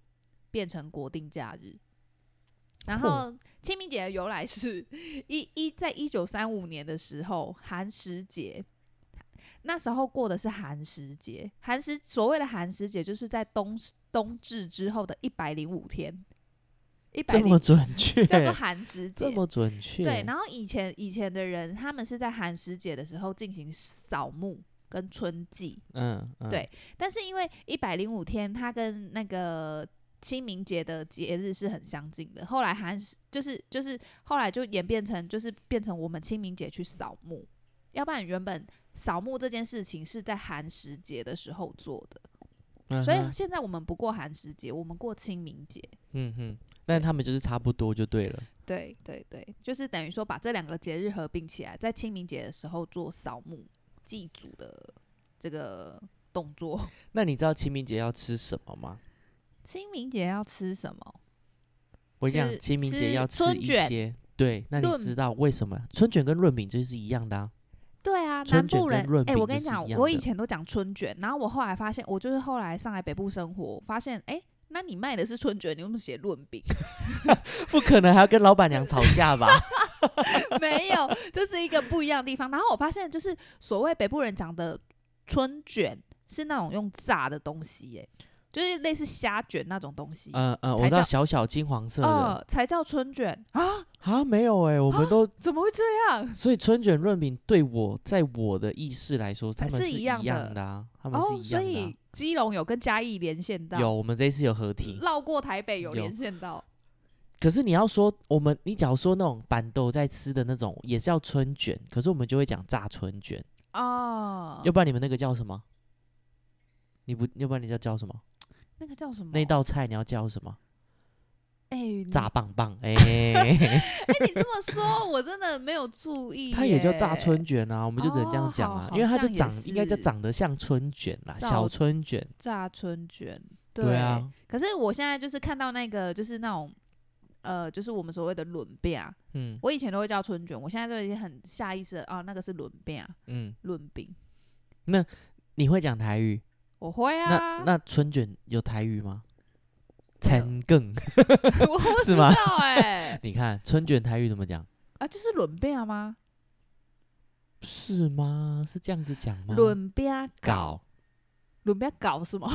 Speaker 2: 变成国定假日。然后
Speaker 1: 哦，
Speaker 2: 清明节的由来是一一在一九三五年的时候，寒食节，那时候过的是寒食节。寒食所谓的寒食节，就是在冬冬至之后的一百零五天，一百
Speaker 1: 这么
Speaker 2: 零
Speaker 1: 准确，
Speaker 2: 叫做寒食节
Speaker 1: 这。么准确，
Speaker 2: 对，然后以前以前的人，他们是在寒食节的时候进行扫墓跟春祭，
Speaker 1: 嗯，嗯
Speaker 2: 对但是因为一百零五天，它跟那个清明节的节日是很相近的。后来寒食就是就是后来就演变成就是变成我们清明节去扫墓，要不然原本扫墓这件事情是在寒食节的时候做的，
Speaker 1: 嗯
Speaker 2: 所以
Speaker 1: 哼
Speaker 2: 现在我们不过寒食节，我们过清明节。
Speaker 1: 嗯哼，但他们就是差不多就对了。
Speaker 2: 对对对，就是等于说把这两个节日合并起来，在清明节的时候做扫墓祭祖的这个动作。
Speaker 1: 那你知道清明节要吃什么吗？
Speaker 2: 清明节要吃什么？
Speaker 1: 我讲
Speaker 2: 吃
Speaker 1: 清明
Speaker 2: 吃
Speaker 1: 节要吃
Speaker 2: 春
Speaker 1: 一
Speaker 2: 卷
Speaker 1: 些，对，那你
Speaker 2: 润
Speaker 1: 知道为什么春卷跟润饼就是一样的啊？
Speaker 2: 对啊，南
Speaker 1: 春卷
Speaker 2: 部
Speaker 1: 跟
Speaker 2: 人
Speaker 1: 润
Speaker 2: 哎、
Speaker 1: 饼
Speaker 2: 我跟
Speaker 1: 就是
Speaker 2: 你讲
Speaker 1: 一，样
Speaker 2: 我以
Speaker 1: 的
Speaker 2: 前都讲春卷，然后我后来发现，我就是后来上来北部生活，发现哎、那你卖的是春卷，你为什么写润饼？
Speaker 1: 不可能还要跟老板娘吵架吧？
Speaker 2: 没有，这是一个不一样的地方。然后我发现，就是所谓北部人讲的春卷，是那种用炸的东西、耶，就是类似虾卷那种东西。
Speaker 1: 嗯嗯，我
Speaker 2: 才
Speaker 1: 知道
Speaker 2: 叫
Speaker 1: 小小金黄色的
Speaker 2: 呃，才叫春卷啊？
Speaker 1: 啊，没有哎，我们都
Speaker 2: 怎么会这样？
Speaker 1: 所以春卷润饼对我在我的意识来说，他们
Speaker 2: 是
Speaker 1: 一
Speaker 2: 一样的
Speaker 1: 的啊，他们
Speaker 2: 哦，
Speaker 1: 是一
Speaker 2: 所
Speaker 1: 样的啊、啊
Speaker 2: 以基隆有跟嘉义连线到，
Speaker 1: 有，我们这一次有合体。
Speaker 2: 绕过台北有
Speaker 1: 有
Speaker 2: 连线到，
Speaker 1: 可是你要说我们，你假如说那种板豆在吃的那种，也是叫春卷，可是我们就会讲炸春卷，
Speaker 2: 哦
Speaker 1: 要不然你们那个叫什么？你不，要不然你叫叫什么？
Speaker 2: 那个叫什么？
Speaker 1: 那道菜你要叫什么？
Speaker 2: 哎、你
Speaker 1: 炸棒棒，哎、
Speaker 2: 哎、你这么说，我真的没有注意耶。
Speaker 1: 它也叫炸春卷啊，我们就只能这样
Speaker 2: 哦
Speaker 1: 讲
Speaker 2: 好
Speaker 1: 啊，
Speaker 2: 好
Speaker 1: 因为它就
Speaker 2: 像也
Speaker 1: 长应该叫
Speaker 2: 是
Speaker 1: 长得像春卷啦，
Speaker 2: 照
Speaker 1: 小春卷，
Speaker 2: 炸春卷，
Speaker 1: 对啊，
Speaker 2: 可是我现在就是看到那个，就是那种，呃，就是我们所谓的轮饼啊，
Speaker 1: 嗯
Speaker 2: 我以前都会叫春卷，我现在就已经很下意识的啊，那个是轮饼啊，
Speaker 1: 嗯，
Speaker 2: 轮饼，
Speaker 1: 你会讲台语？
Speaker 2: 我会啊
Speaker 1: 那，那春卷有台语吗？
Speaker 2: 没有
Speaker 1: 陈更，
Speaker 2: 我不
Speaker 1: 是
Speaker 2: 知
Speaker 1: 吗
Speaker 2: 道哎、
Speaker 1: 你看春卷台语怎么讲？
Speaker 2: 啊，就是轮饼吗？
Speaker 1: 是吗？是这样子讲吗？
Speaker 2: 轮饼，啊
Speaker 1: 搞，
Speaker 2: 轮饼搞什么？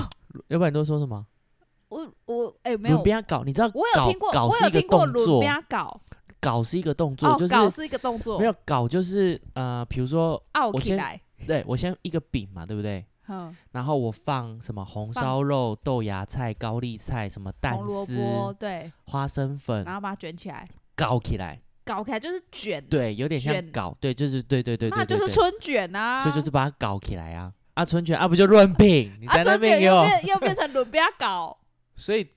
Speaker 1: 要不然你都说什么？
Speaker 2: 我我哎、没有
Speaker 1: 伦，比亚搞，你知道
Speaker 2: 我有
Speaker 1: 搞
Speaker 2: 听过，
Speaker 1: 搞
Speaker 2: 我
Speaker 1: 是
Speaker 2: 有
Speaker 1: 一个
Speaker 2: 听过
Speaker 1: 动
Speaker 2: 伦
Speaker 1: 作
Speaker 2: 比，亚搞，
Speaker 1: 搞是一个动作，
Speaker 2: 哦
Speaker 1: 就，是
Speaker 2: 搞是一个动作，
Speaker 1: 没有搞就是呃，比如说，
Speaker 2: 傲
Speaker 1: 我
Speaker 2: 起
Speaker 1: 先
Speaker 2: 来，
Speaker 1: 对我先一个饼嘛，对不对？
Speaker 2: 嗯，
Speaker 1: 然后我放什么红
Speaker 2: 放
Speaker 1: 烧肉、豆芽菜、高丽菜、什么蛋
Speaker 2: 红萝卜
Speaker 1: 丝、嗯
Speaker 2: 对，
Speaker 1: 花生粉
Speaker 2: 然，后把它卷起来，
Speaker 1: 搞起来，
Speaker 2: 搞起来就是卷，
Speaker 1: 对，有点像
Speaker 2: 卷
Speaker 1: 搞，对，就是对对对对，
Speaker 2: 那就
Speaker 1: 对
Speaker 2: 是
Speaker 1: 对
Speaker 2: 春卷啊，
Speaker 1: 所以就是把它搞起来啊。啊，春卷啊，不就润饼？你
Speaker 2: 啊，
Speaker 1: 在那
Speaker 2: 春
Speaker 1: 边
Speaker 2: 卷
Speaker 1: 给
Speaker 2: 又
Speaker 1: 我，
Speaker 2: 变又变成伦比亚 搞，
Speaker 1: 所以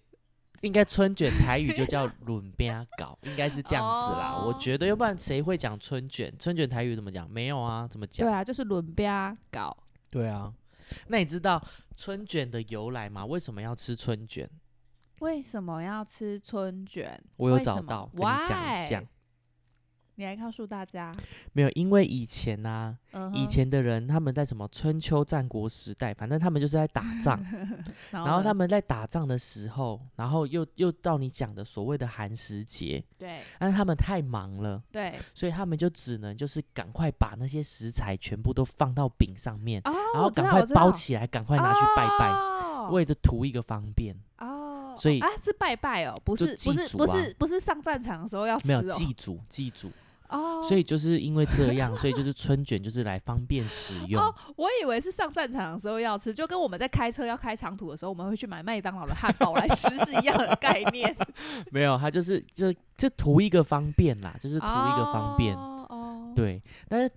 Speaker 1: 应该春卷台语就叫润边搞，应该是这样子啦。我
Speaker 2: 哦
Speaker 1: 觉得，要不然谁会讲春卷？春卷台语怎么讲？没有啊，怎么
Speaker 2: 对
Speaker 1: 讲？
Speaker 2: 啊，就是伦比亚搞，
Speaker 1: 对啊。那你知道春卷的由来吗？为什么要吃春卷？
Speaker 2: 为什么要吃春卷？
Speaker 1: 我有
Speaker 2: 为
Speaker 1: 找
Speaker 2: 什么
Speaker 1: 到，跟你讲一下
Speaker 2: Why？。你来告诉大家，
Speaker 1: 没有，因为以前啊，
Speaker 2: 嗯
Speaker 1: 以
Speaker 2: 哼，
Speaker 1: 前的人他们在什么春秋战国时代，反正他们就是在打 仗，然后
Speaker 2: 呢
Speaker 1: 他们在打仗的时候，然后又又到你讲的所谓的寒食节，
Speaker 2: 对
Speaker 1: 但是他们太忙了，
Speaker 2: 对
Speaker 1: 所以他们就只能就是赶快把那些食材全部都放到饼上面，
Speaker 2: 哦，
Speaker 1: 然后
Speaker 2: 我知
Speaker 1: 赶
Speaker 2: 道
Speaker 1: 快
Speaker 2: 我知
Speaker 1: 包
Speaker 2: 道
Speaker 1: 起来，赶快拿去拜拜，
Speaker 2: 哦
Speaker 1: 为了图一个方便，
Speaker 2: 哦，
Speaker 1: 所以
Speaker 2: 啊是拜拜哦，不
Speaker 1: 就是
Speaker 2: 不
Speaker 1: 祭
Speaker 2: 是
Speaker 1: 祖
Speaker 2: 不
Speaker 1: 啊
Speaker 2: 是不是上战场的时候要吃
Speaker 1: 没有
Speaker 2: 哦
Speaker 1: 祭祖祭祖，
Speaker 2: 哦，
Speaker 1: 所以就是因为这样，所以就是春卷就是来方便 使用。
Speaker 2: 哦，我以为是上战场的时候要吃，就跟我们在开车要开长途的时候，我们会去买麦当劳的汉堡来吃是一样的概念，
Speaker 1: 没有，他就是这这图一个方便啦， 就是
Speaker 2: 是
Speaker 1: 图一个方便。
Speaker 2: 哦哦，
Speaker 1: 对，但是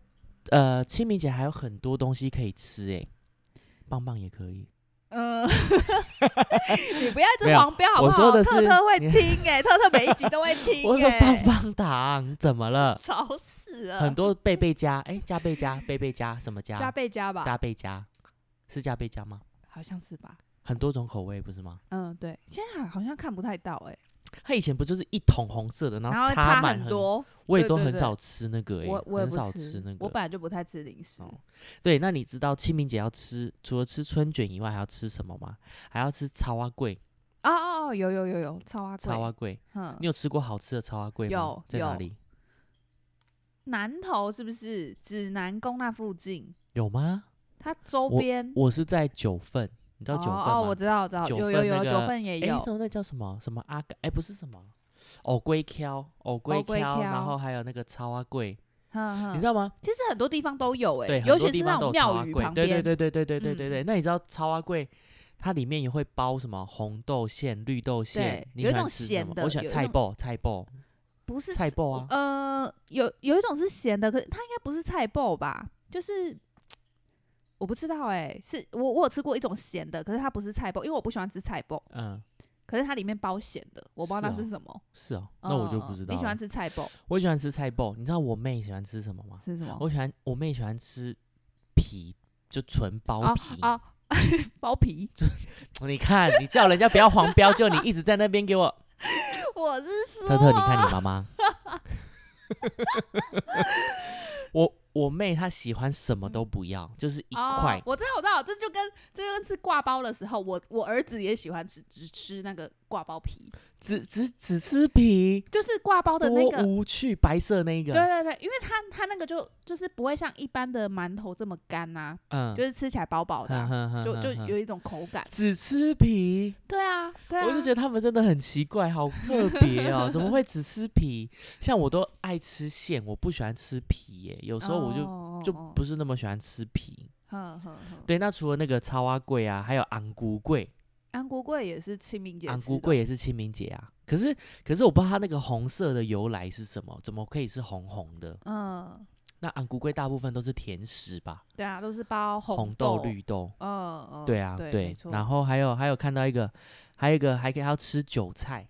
Speaker 1: 呃，清明节还有很多东西可以吃诶、棒棒也可以。
Speaker 2: 嗯， 你不要一直
Speaker 1: 没有
Speaker 2: 黄标好不
Speaker 1: 我
Speaker 2: 好？
Speaker 1: 说的
Speaker 2: 特
Speaker 1: 是
Speaker 2: 特会
Speaker 1: 你
Speaker 2: 听 哎、特特每一集都会听、欸，
Speaker 1: 我说棒棒糖怎么 了？
Speaker 2: 吵死了，
Speaker 1: 很多贝贝家，诶，加倍加，贝贝加什么加？
Speaker 2: 加倍加吧，
Speaker 1: 加倍加是加倍加吗？
Speaker 2: 好像是吧？
Speaker 1: 很多种口味不是吗？
Speaker 2: 嗯，对，现在好像看不太到哎、
Speaker 1: 它以前不就是一桶红色的，
Speaker 2: 然
Speaker 1: 后
Speaker 2: 后
Speaker 1: 插
Speaker 2: 差
Speaker 1: 满
Speaker 2: 很，多，
Speaker 1: 我也
Speaker 2: 对
Speaker 1: 都
Speaker 2: 对
Speaker 1: 很
Speaker 2: 对
Speaker 1: 少吃那个诶、欸
Speaker 2: 我我也
Speaker 1: 很
Speaker 2: 不
Speaker 1: 少
Speaker 2: 吃
Speaker 1: 吃那
Speaker 2: 我
Speaker 1: 个。
Speaker 2: 本来就不太吃零食，
Speaker 1: 哦对，那你知道清明节要吃，除了吃春卷以外，还要吃什么吗？还要吃草蛙桂。
Speaker 2: 哦哦哦，有有有有，超阿贵，
Speaker 1: 草蛙桂，
Speaker 2: 嗯
Speaker 1: 你，有吃过好吃的草蛙桂吗？
Speaker 2: 有
Speaker 1: 在哪
Speaker 2: 有
Speaker 1: 里？
Speaker 2: 南头是不是指南宫那附近？
Speaker 1: 有吗？
Speaker 2: 它周边
Speaker 1: 我是在九份，你知道九份
Speaker 2: 哦
Speaker 1: 吗？
Speaker 2: 哦，我知道，我知道，
Speaker 1: 九
Speaker 2: 有
Speaker 1: 份
Speaker 2: 有
Speaker 1: 那
Speaker 2: 有，
Speaker 1: 个
Speaker 2: 九份也
Speaker 1: 诶
Speaker 2: 有
Speaker 1: 什，么那叫什么什么阿嘎？哎，不是什么，藕龟壳，藕龟壳，
Speaker 2: 龟嗯壳
Speaker 1: 然后还有那个草蛙桂，
Speaker 2: 哼
Speaker 1: 你知
Speaker 2: 哼，
Speaker 1: 道吗？
Speaker 2: 其实很多地方都有哎
Speaker 1: 对，，
Speaker 2: 尤
Speaker 1: 很多
Speaker 2: 其
Speaker 1: 地
Speaker 2: 是那
Speaker 1: 方都有
Speaker 2: 种
Speaker 1: 草
Speaker 2: 庙
Speaker 1: 蛙
Speaker 2: 宇
Speaker 1: 桂。
Speaker 2: 旁
Speaker 1: 对对
Speaker 2: 边，
Speaker 1: 对对对对对对
Speaker 2: 嗯
Speaker 1: 对。那你知道草蛙桂？它里面也会包什么红豆馅、绿豆馅
Speaker 2: 对，
Speaker 1: 你
Speaker 2: 有一
Speaker 1: 喜欢
Speaker 2: 种
Speaker 1: 吃什
Speaker 2: 咸
Speaker 1: 么
Speaker 2: 的
Speaker 1: 我喜欢
Speaker 2: 有一
Speaker 1: 菜
Speaker 2: 种
Speaker 1: 爆，菜爆，
Speaker 2: 不是
Speaker 1: 菜爆啊！
Speaker 2: 呃，有有一种是咸的，可是它应该不是菜爆吧？就是我不知道哎、是我我有吃过一种咸的，可是它不是菜爆，因为我不喜欢吃菜爆，
Speaker 1: 嗯，
Speaker 2: 可是它里面包咸的，我不知道那
Speaker 1: 是哦
Speaker 2: 是什么。
Speaker 1: 是哦，那我就
Speaker 2: 嗯
Speaker 1: 不知
Speaker 2: 嗯
Speaker 1: 道。
Speaker 2: 你喜欢？吃菜爆
Speaker 1: 我喜欢吃菜爆。你知道我妹喜欢吃什么吗？
Speaker 2: 是什么？
Speaker 1: 我喜欢我妹喜欢吃皮，就纯包皮。
Speaker 2: 哦 哦，包皮。
Speaker 1: 你看，你叫人家不要黄标，就你一直在那边给 我。
Speaker 2: 我是说，
Speaker 1: 特特，你看你妈妈。 我我妹她喜欢什么都不要，就是一块
Speaker 2: 哦，。我知道，我知道，这就跟这就跟吃挂包的时候，我我儿子也喜欢吃，只吃那个挂包皮，
Speaker 1: 只只只吃皮，
Speaker 2: 就是挂包的那
Speaker 1: 多
Speaker 2: 个
Speaker 1: 无趣！白色那一个，
Speaker 2: 对对对，因为它它那个就就是不会像一般的馒头这么干呐、
Speaker 1: 嗯
Speaker 2: 就是吃起来饱饱的啊、
Speaker 1: 哼
Speaker 2: 就
Speaker 1: 哼
Speaker 2: 就
Speaker 1: 哼哼
Speaker 2: 有一种口感。
Speaker 1: 只吃皮。
Speaker 2: 对啊，对啊，
Speaker 1: 我就觉得他们真的很奇怪，好特别哦，怎么会只吃皮？像我都爱吃馅，我不喜欢吃皮耶。有
Speaker 2: 有
Speaker 1: 时候我就、就
Speaker 2: 哦
Speaker 1: 不是那么喜欢吃皮。
Speaker 2: 呵呵呵
Speaker 1: 对，那除了那个超蛙桂啊，还有昂菇桂，
Speaker 2: 安国贵也是清明节
Speaker 1: 昂
Speaker 2: 吃
Speaker 1: 菇
Speaker 2: 的
Speaker 1: 桂也是清明节啊。可是可是我不知道它那个红色的由来是什么，怎么可以是红红的？
Speaker 2: 嗯，
Speaker 1: 那昂菇桂大部分都是甜食吧，
Speaker 2: 对啊，都是包
Speaker 1: 红
Speaker 2: 豆
Speaker 1: 豆、，绿豆。
Speaker 2: 嗯嗯，
Speaker 1: 对啊，
Speaker 2: 对，没
Speaker 1: 对，
Speaker 2: 错
Speaker 1: 然后还有还有看到一个，还有一个还可以还要吃韭菜，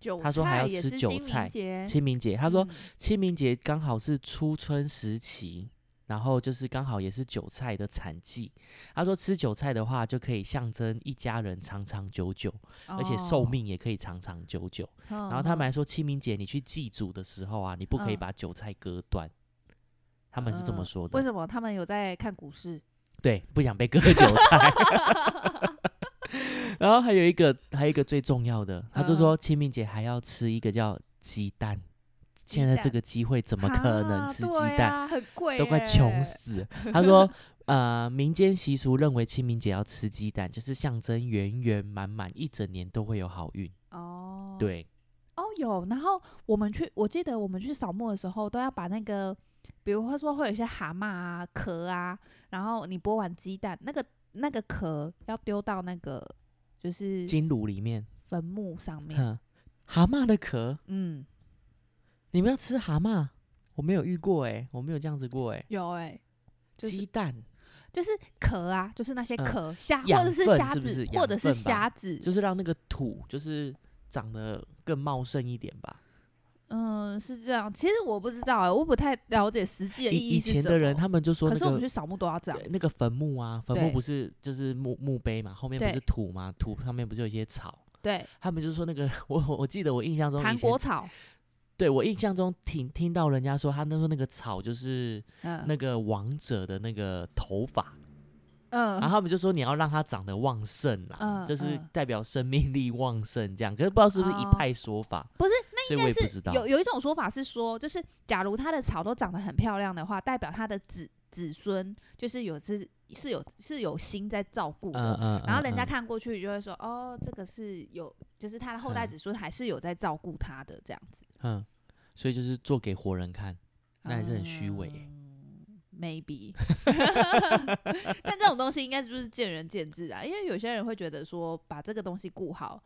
Speaker 2: 韭
Speaker 1: 他说还
Speaker 2: 菜
Speaker 1: 要
Speaker 2: 也
Speaker 1: 吃
Speaker 2: 是
Speaker 1: 韭
Speaker 2: 清明
Speaker 1: 菜
Speaker 2: 节
Speaker 1: 清明节。他说
Speaker 2: 嗯
Speaker 1: 清明节刚好是初春时期，然后就是刚好也是韭菜的产季。他说吃韭菜的话，就可以象征一家人长长久久，而且寿
Speaker 2: 哦嗯
Speaker 1: 命也可以长长久久。
Speaker 2: 哼
Speaker 1: 然后他们
Speaker 2: 哼
Speaker 1: 还说，清明节你去祭祖的时候啊，你不可以
Speaker 2: 嗯
Speaker 1: 把韭菜割断。他们是这么
Speaker 2: 嗯
Speaker 1: 说的，
Speaker 2: 为什么他们有在看股市？
Speaker 1: 对，不想被割韭菜。 然后还有一个，还有一个最重要的，他就
Speaker 2: 嗯
Speaker 1: 说清明节还要吃一个叫鸡蛋。现在这
Speaker 2: 蛋
Speaker 1: 个机会怎么可能
Speaker 2: 哈
Speaker 1: 吃鸡
Speaker 2: 对
Speaker 1: 蛋？
Speaker 2: 啊很贵耶，
Speaker 1: 都快穷死了。他说，呃，民间习俗认为清明节要吃鸡蛋，就是象征圆圆满满，一整年都会有好运。
Speaker 2: 哦，，
Speaker 1: 对，
Speaker 2: 哦有。然后我们去，我记得我们去扫墓的时候，都要把那个，比如说会有一些蛤蟆啊、壳啊，然后你剥完鸡蛋，那个那个壳要丢到那个就是
Speaker 1: 金炉里面，
Speaker 2: 坟墓上面。
Speaker 1: 哼，蛤蟆的壳，
Speaker 2: 嗯，
Speaker 1: 你们要吃蛤蟆？我没有遇过哎、我没有这样子过哎、
Speaker 2: 有哎、就是
Speaker 1: 鸡蛋
Speaker 2: 就是壳啊，就是那些
Speaker 1: 嗯
Speaker 2: 壳、虾或
Speaker 1: 养
Speaker 2: 者是
Speaker 1: 分
Speaker 2: 虾
Speaker 1: 是不
Speaker 2: 子，
Speaker 1: 是
Speaker 2: 或
Speaker 1: 养
Speaker 2: 者是
Speaker 1: 分吧
Speaker 2: 虾子，
Speaker 1: 就是让那个土就是长得更茂盛一点吧。
Speaker 2: 嗯，是这样。其实我不知道、欸，我不太了解实际的
Speaker 1: 以
Speaker 2: 意义
Speaker 1: 以
Speaker 2: 是
Speaker 1: 前
Speaker 2: 什
Speaker 1: 的人
Speaker 2: 么
Speaker 1: 他们就说
Speaker 2: 可
Speaker 1: 那
Speaker 2: 是我们去
Speaker 1: 个
Speaker 2: 扫墓都要这样
Speaker 1: 呃。那个坟墓啊，坟
Speaker 2: 对
Speaker 1: 墓不是就是墓墓碑嘛，后面不
Speaker 2: 对
Speaker 1: 是土嘛，土上面不是有一些草？
Speaker 2: 对，
Speaker 1: 他们就说那个 我我记得我印象中以
Speaker 2: 韩
Speaker 1: 前
Speaker 2: 国草，
Speaker 1: 对我印象中听听到人家说，他那说那个草就是
Speaker 2: 嗯，
Speaker 1: 那个王者的那个头发，
Speaker 2: 嗯，
Speaker 1: 然后他们就说你要让它长得旺盛啦，
Speaker 2: 嗯
Speaker 1: 就是
Speaker 2: 嗯
Speaker 1: 代表生命力旺盛这样。可是不知道是不是一
Speaker 2: 哦
Speaker 1: 派说法，
Speaker 2: 不是，
Speaker 1: 所以我
Speaker 2: 但
Speaker 1: 也不知
Speaker 2: 是
Speaker 1: 道。
Speaker 2: 有有一种说法是说，就是假如它的草都长得很漂亮的话，代表它的子子孙就是有是是有是有心在照顾的。
Speaker 1: 嗯嗯，
Speaker 2: 然后人
Speaker 1: 嗯
Speaker 2: 家
Speaker 1: 嗯
Speaker 2: 看过去就会说，哦，这个是有，就是他的后代
Speaker 1: 嗯
Speaker 2: 子孙还是有在照顾他的这样子，
Speaker 1: 嗯，所以就是做给活人看，那还是很虚伪欸
Speaker 2: 嗯 Maybe，但这种东西应该就是见仁见智啊，因为有些人会觉得说把这个东西顾好，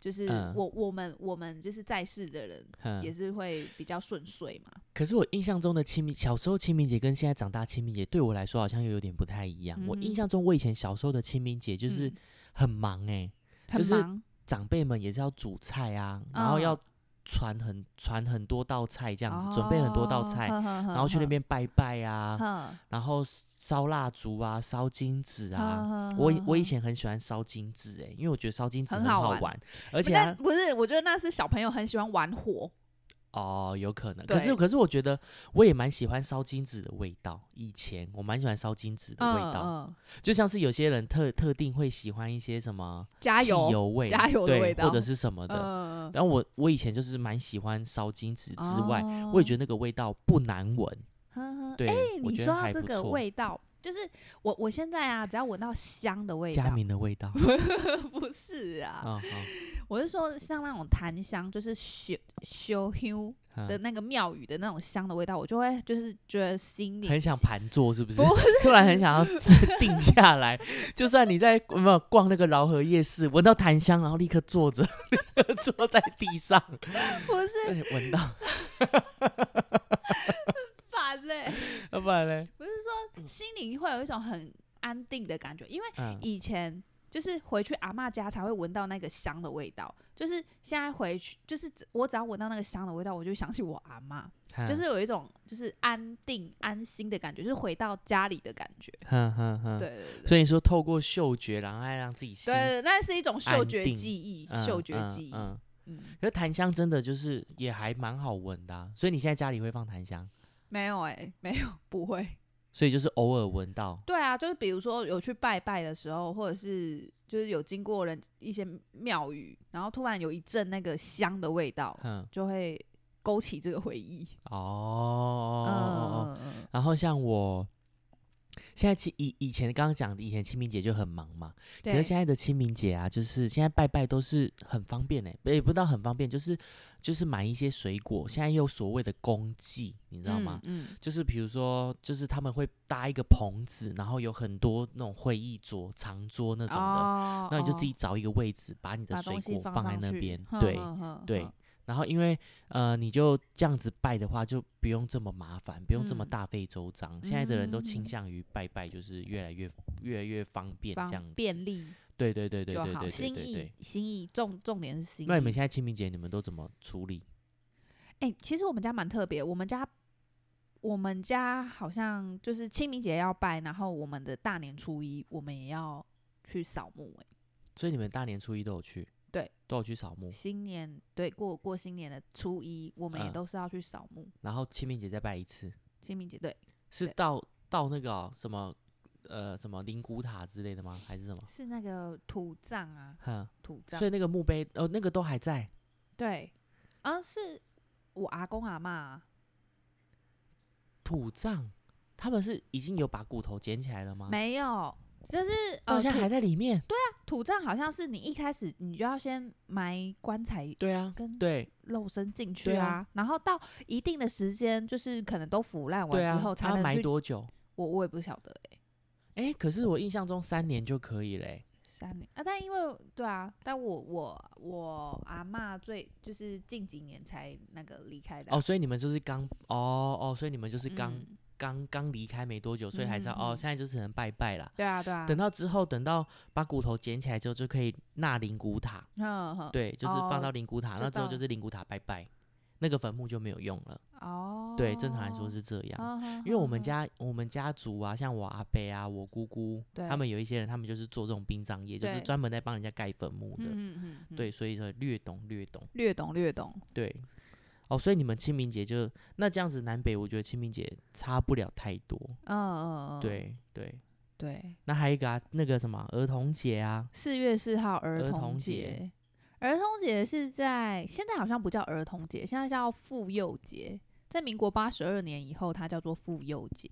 Speaker 2: 就是
Speaker 1: 嗯
Speaker 2: 我、我们我们就是在世的人
Speaker 1: 嗯
Speaker 2: 也是会比较顺遂嘛。
Speaker 1: 可是我印象中的清明，小时候清明节跟现在长大清明节对我来说好像又有点不太一样。我
Speaker 2: 嗯哼
Speaker 1: 印象中，我以前小时候的清明节就是
Speaker 2: 嗯
Speaker 1: 很忙哎、
Speaker 2: 很
Speaker 1: 就是
Speaker 2: 忙，
Speaker 1: 长辈们也是要煮菜啊，然后要
Speaker 2: 嗯
Speaker 1: 传很传很多道菜这样子，准备很多道
Speaker 2: 哦
Speaker 1: 菜，
Speaker 2: 呵呵呵
Speaker 1: 然后去那
Speaker 2: 呵
Speaker 1: 边拜拜啊，
Speaker 2: 呵
Speaker 1: 然后烧蜡烛啊，烧金纸啊。
Speaker 2: 呵呵
Speaker 1: 我
Speaker 2: 呵
Speaker 1: 我以
Speaker 2: 呵
Speaker 1: 前很喜欢烧金纸哎、因为我觉得烧金纸
Speaker 2: 很
Speaker 1: 很
Speaker 2: 好
Speaker 1: 好
Speaker 2: 玩
Speaker 1: 玩，而且它
Speaker 2: 但不是，我觉得那是小朋友很喜欢玩火，
Speaker 1: 哦，有可能。可
Speaker 2: 对
Speaker 1: 是可是我觉得我也蛮喜欢烧金纸的味道。以前我蛮喜欢烧金纸的味道，
Speaker 2: 嗯嗯，
Speaker 1: 就像是有些人特特定会喜欢一些什么
Speaker 2: 加
Speaker 1: 汽
Speaker 2: 油，
Speaker 1: 油味、
Speaker 2: 加油的
Speaker 1: 对
Speaker 2: 味
Speaker 1: 或者
Speaker 2: 道
Speaker 1: 是什么
Speaker 2: 嗯
Speaker 1: 的。
Speaker 2: 嗯，
Speaker 1: 但我我以前就是蛮喜欢烧金纸之外，
Speaker 2: 哦
Speaker 1: 我也觉得那个味道不难闻。
Speaker 2: 呵呵哎
Speaker 1: 对，我
Speaker 2: 你
Speaker 1: 觉
Speaker 2: 说
Speaker 1: 得
Speaker 2: 到
Speaker 1: 还
Speaker 2: 这
Speaker 1: 不
Speaker 2: 个
Speaker 1: 错
Speaker 2: 味道，就是我我现在啊，只要闻到香的味
Speaker 1: 佳
Speaker 2: 道，
Speaker 1: 明的味道 嗯
Speaker 2: 不是啊，
Speaker 1: 啊，
Speaker 2: 我是说像那种檀香，就是修修香
Speaker 1: 好
Speaker 2: 的
Speaker 1: 嗯
Speaker 2: 那个庙宇的那种香的味道，我就会就是觉得心里
Speaker 1: 很想盘坐，是不是？
Speaker 2: 不
Speaker 1: 突然很想要自定下来，就算你在有没有逛那个饶河夜市，闻到檀香，然后立刻坐着， 立刻坐在地 上，
Speaker 2: 不是
Speaker 1: 对，闻到，
Speaker 2: 烦嘞、
Speaker 1: 要不然嘞，
Speaker 2: 不是说心里会有一种很安定的感觉，因为
Speaker 1: 嗯，
Speaker 2: 以前就是回去阿嬷家才会闻到那个香的味道，就是现在回去，就是只我只要闻到那个香的味道，我就想起我阿嬷。
Speaker 1: 嗯
Speaker 2: 就是有一种就是安定安心的感觉，就是回到家里的感觉。
Speaker 1: 哼，哼哼，
Speaker 2: 对
Speaker 1: 哼
Speaker 2: 对对对
Speaker 1: 嗯所以说透过嗅觉，然后还让自己心
Speaker 2: 对，那是一种嗅
Speaker 1: 安
Speaker 2: 觉
Speaker 1: 定
Speaker 2: 记忆，
Speaker 1: 嗯
Speaker 2: 嗅觉
Speaker 1: 嗯
Speaker 2: 记忆。
Speaker 1: 嗯，
Speaker 2: 嗯，
Speaker 1: 可是檀香真的就是也还蛮好闻的啊，所以你现在家里会放檀香，
Speaker 2: 没有哎、没有，不会。
Speaker 1: 所以就是偶尔闻到，
Speaker 2: 对啊，就是比如说有去拜拜的时候，或者是就是有经过人一些庙宇，然后突然有一阵那个香的味道，
Speaker 1: 哼，
Speaker 2: 就会勾起这个回忆。
Speaker 1: 哦哦哦哦，
Speaker 2: 嗯嗯
Speaker 1: 然后像我。现在清以以前刚刚讲的，以前清明节就很忙嘛，可
Speaker 2: 对
Speaker 1: 是现在的清明节啊，就是现在拜拜都是很方便呢、也不知道很方便，就是就是买一些水果，现在有所谓的公祭，你知道吗？
Speaker 2: 嗯，嗯
Speaker 1: 就是比如说，就是他们会搭一个棚子，然后有很多那种会议桌、长桌那种的，
Speaker 2: 哦
Speaker 1: 那你就
Speaker 2: 哦
Speaker 1: 自己找一个位置，把你的
Speaker 2: 把
Speaker 1: 水
Speaker 2: 东西
Speaker 1: 果
Speaker 2: 放
Speaker 1: 放在
Speaker 2: 上
Speaker 1: 那
Speaker 2: 去
Speaker 1: 边，
Speaker 2: 哼
Speaker 1: 对
Speaker 2: 哼哼
Speaker 1: 对
Speaker 2: 哼。
Speaker 1: 然后因为呃，你就这样子拜的话，就不用这么麻烦，不用这么
Speaker 2: 嗯
Speaker 1: 大费周章。现在的人都倾
Speaker 2: 嗯
Speaker 1: 向于拜拜，就是越来越越来越方便这样
Speaker 2: 方
Speaker 1: 子。
Speaker 2: 便利
Speaker 1: 对对对对
Speaker 2: 就
Speaker 1: 对
Speaker 2: 好，
Speaker 1: 对对
Speaker 2: 心
Speaker 1: 对
Speaker 2: 意
Speaker 1: 对。
Speaker 2: 心意重重点是心意。
Speaker 1: 那你们现在清明节你们都怎么处理？
Speaker 2: 哎、其实我们家蛮特别，我们家我们家好像就是清明节要拜，然后我们的大年初一我们也要去扫墓、哎，
Speaker 1: 哦所以你们大年初一都有去？
Speaker 2: 对，
Speaker 1: 都有去扫墓，
Speaker 2: 新年对过过新年的初一，我们也
Speaker 1: 嗯
Speaker 2: 都是要去扫墓。
Speaker 1: 然后清明节再拜一次。
Speaker 2: 清明节对，
Speaker 1: 是
Speaker 2: 对
Speaker 1: 到到那个哦、什么呃什么灵骨塔之类的吗？还是什么？
Speaker 2: 是那个土葬啊，
Speaker 1: 哼，
Speaker 2: 土葬
Speaker 1: 所以那个墓碑哦，那个都还在。
Speaker 2: 对，啊啊是我阿公阿妈、
Speaker 1: 土葬他们是已经有把骨头捡起来了吗？，
Speaker 2: 没有，就是
Speaker 1: 好
Speaker 2: 呃，
Speaker 1: 像啊
Speaker 2: 土
Speaker 1: 哦还在里面。对
Speaker 2: 土葬好像是你一开始你就要先埋棺材
Speaker 1: 对啊，
Speaker 2: 跟
Speaker 1: 对
Speaker 2: 肉身进去
Speaker 1: 对
Speaker 2: 啊，
Speaker 1: 啊
Speaker 2: 然后到一定的时间，就是可能都腐烂
Speaker 1: 对
Speaker 2: 完
Speaker 1: 啊
Speaker 2: 之后，才
Speaker 1: 他
Speaker 2: 能
Speaker 1: 埋
Speaker 2: 去。
Speaker 1: 多久？
Speaker 2: 我我也不晓得哎、
Speaker 1: 哎、可是我印象中三年就可以嘞、
Speaker 2: 三年啊，但因为对啊，但我我我阿嬷最就是近几年才那个离开的啊、
Speaker 1: 哦，所以你们就是刚哦哦，所以你们就是刚、
Speaker 2: 嗯
Speaker 1: 刚刚离开没多久，所以还是要、
Speaker 2: 嗯嗯嗯
Speaker 1: 哦，现在就只能拜拜啦。
Speaker 2: 对啊对啊，
Speaker 1: 等到之后，等到把骨头捡起来之后，就可以纳灵骨塔，
Speaker 2: 哼哼
Speaker 1: 对，就是
Speaker 2: 哦
Speaker 1: 放到灵骨塔，
Speaker 2: 知
Speaker 1: 那之后
Speaker 2: 道
Speaker 1: 就是灵骨塔拜拜，那个坟墓就没有用了。
Speaker 2: 哦，
Speaker 1: 对，正常来说是这样。
Speaker 2: 哼，哼
Speaker 1: 因为我
Speaker 2: 哼
Speaker 1: 们
Speaker 2: 哼
Speaker 1: 家我们家族啊，像我阿伯啊，我姑姑，
Speaker 2: 对
Speaker 1: 他们有一些人，他们就是做这种殡葬业，就是
Speaker 2: 对
Speaker 1: 专门在帮人家盖坟墓的。
Speaker 2: 嗯嗯嗯嗯，
Speaker 1: 对，所以说略懂略懂。
Speaker 2: 略懂略懂，
Speaker 1: 对，哦，所以你们清明节就那这样子，南北我觉得清明节差不了太多。
Speaker 2: 嗯嗯嗯，
Speaker 1: 对对，
Speaker 2: 对，
Speaker 1: 那还有一个啊，那个什么儿童节啊，
Speaker 2: 四月四号儿
Speaker 1: 儿
Speaker 2: 童
Speaker 1: 童
Speaker 2: 节
Speaker 1: 节，
Speaker 2: 儿童节是在现在好像不叫儿童节，现在叫妇幼节。在民国八十二年以后，它叫做妇幼节。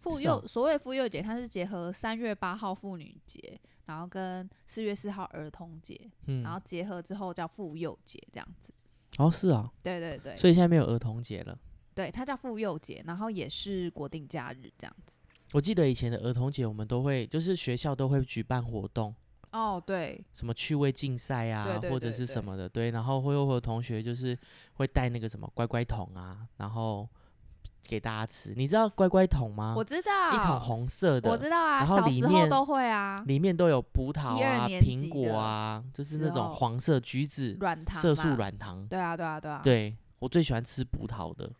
Speaker 2: 妇
Speaker 1: 是
Speaker 2: 幼、
Speaker 1: 哦
Speaker 2: 所谓妇幼节，它是结合三月八号妇女节，然后跟四月四号儿童节，
Speaker 1: 嗯，
Speaker 2: 然后结合之后叫妇幼节这样子。
Speaker 1: 哦是啊、
Speaker 2: 对对对，
Speaker 1: 所以现在没有儿童节了。
Speaker 2: 对它叫妇幼节，然后也是国定假日这样子。
Speaker 1: 我记得以前的儿童节，我们都会就是学校都会举办活动，
Speaker 2: 哦，对，
Speaker 1: 什么趣味竞赛啊，
Speaker 2: 对对
Speaker 1: 或者
Speaker 2: 对
Speaker 1: 是
Speaker 2: 对
Speaker 1: 什么的，对，然后会有会有同学就是会带那个什么乖乖桶啊，然后给大家吃。你知道乖乖桶吗？
Speaker 2: 我知道，
Speaker 1: 啊一桶红色的，
Speaker 2: 我知道啊，
Speaker 1: 然后
Speaker 2: 小
Speaker 1: 里
Speaker 2: 时候
Speaker 1: 面
Speaker 2: 都会啊，
Speaker 1: 里面都有葡萄
Speaker 2: 一二
Speaker 1: 啊、
Speaker 2: 年级
Speaker 1: 苹果
Speaker 2: 的
Speaker 1: 啊，就是
Speaker 2: 时
Speaker 1: 那种
Speaker 2: 候
Speaker 1: 黄色橘子、
Speaker 2: 软糖
Speaker 1: 色素
Speaker 2: 啦
Speaker 1: 软糖。
Speaker 2: 对啊，对啊，对啊。
Speaker 1: 对我最喜欢吃葡萄的，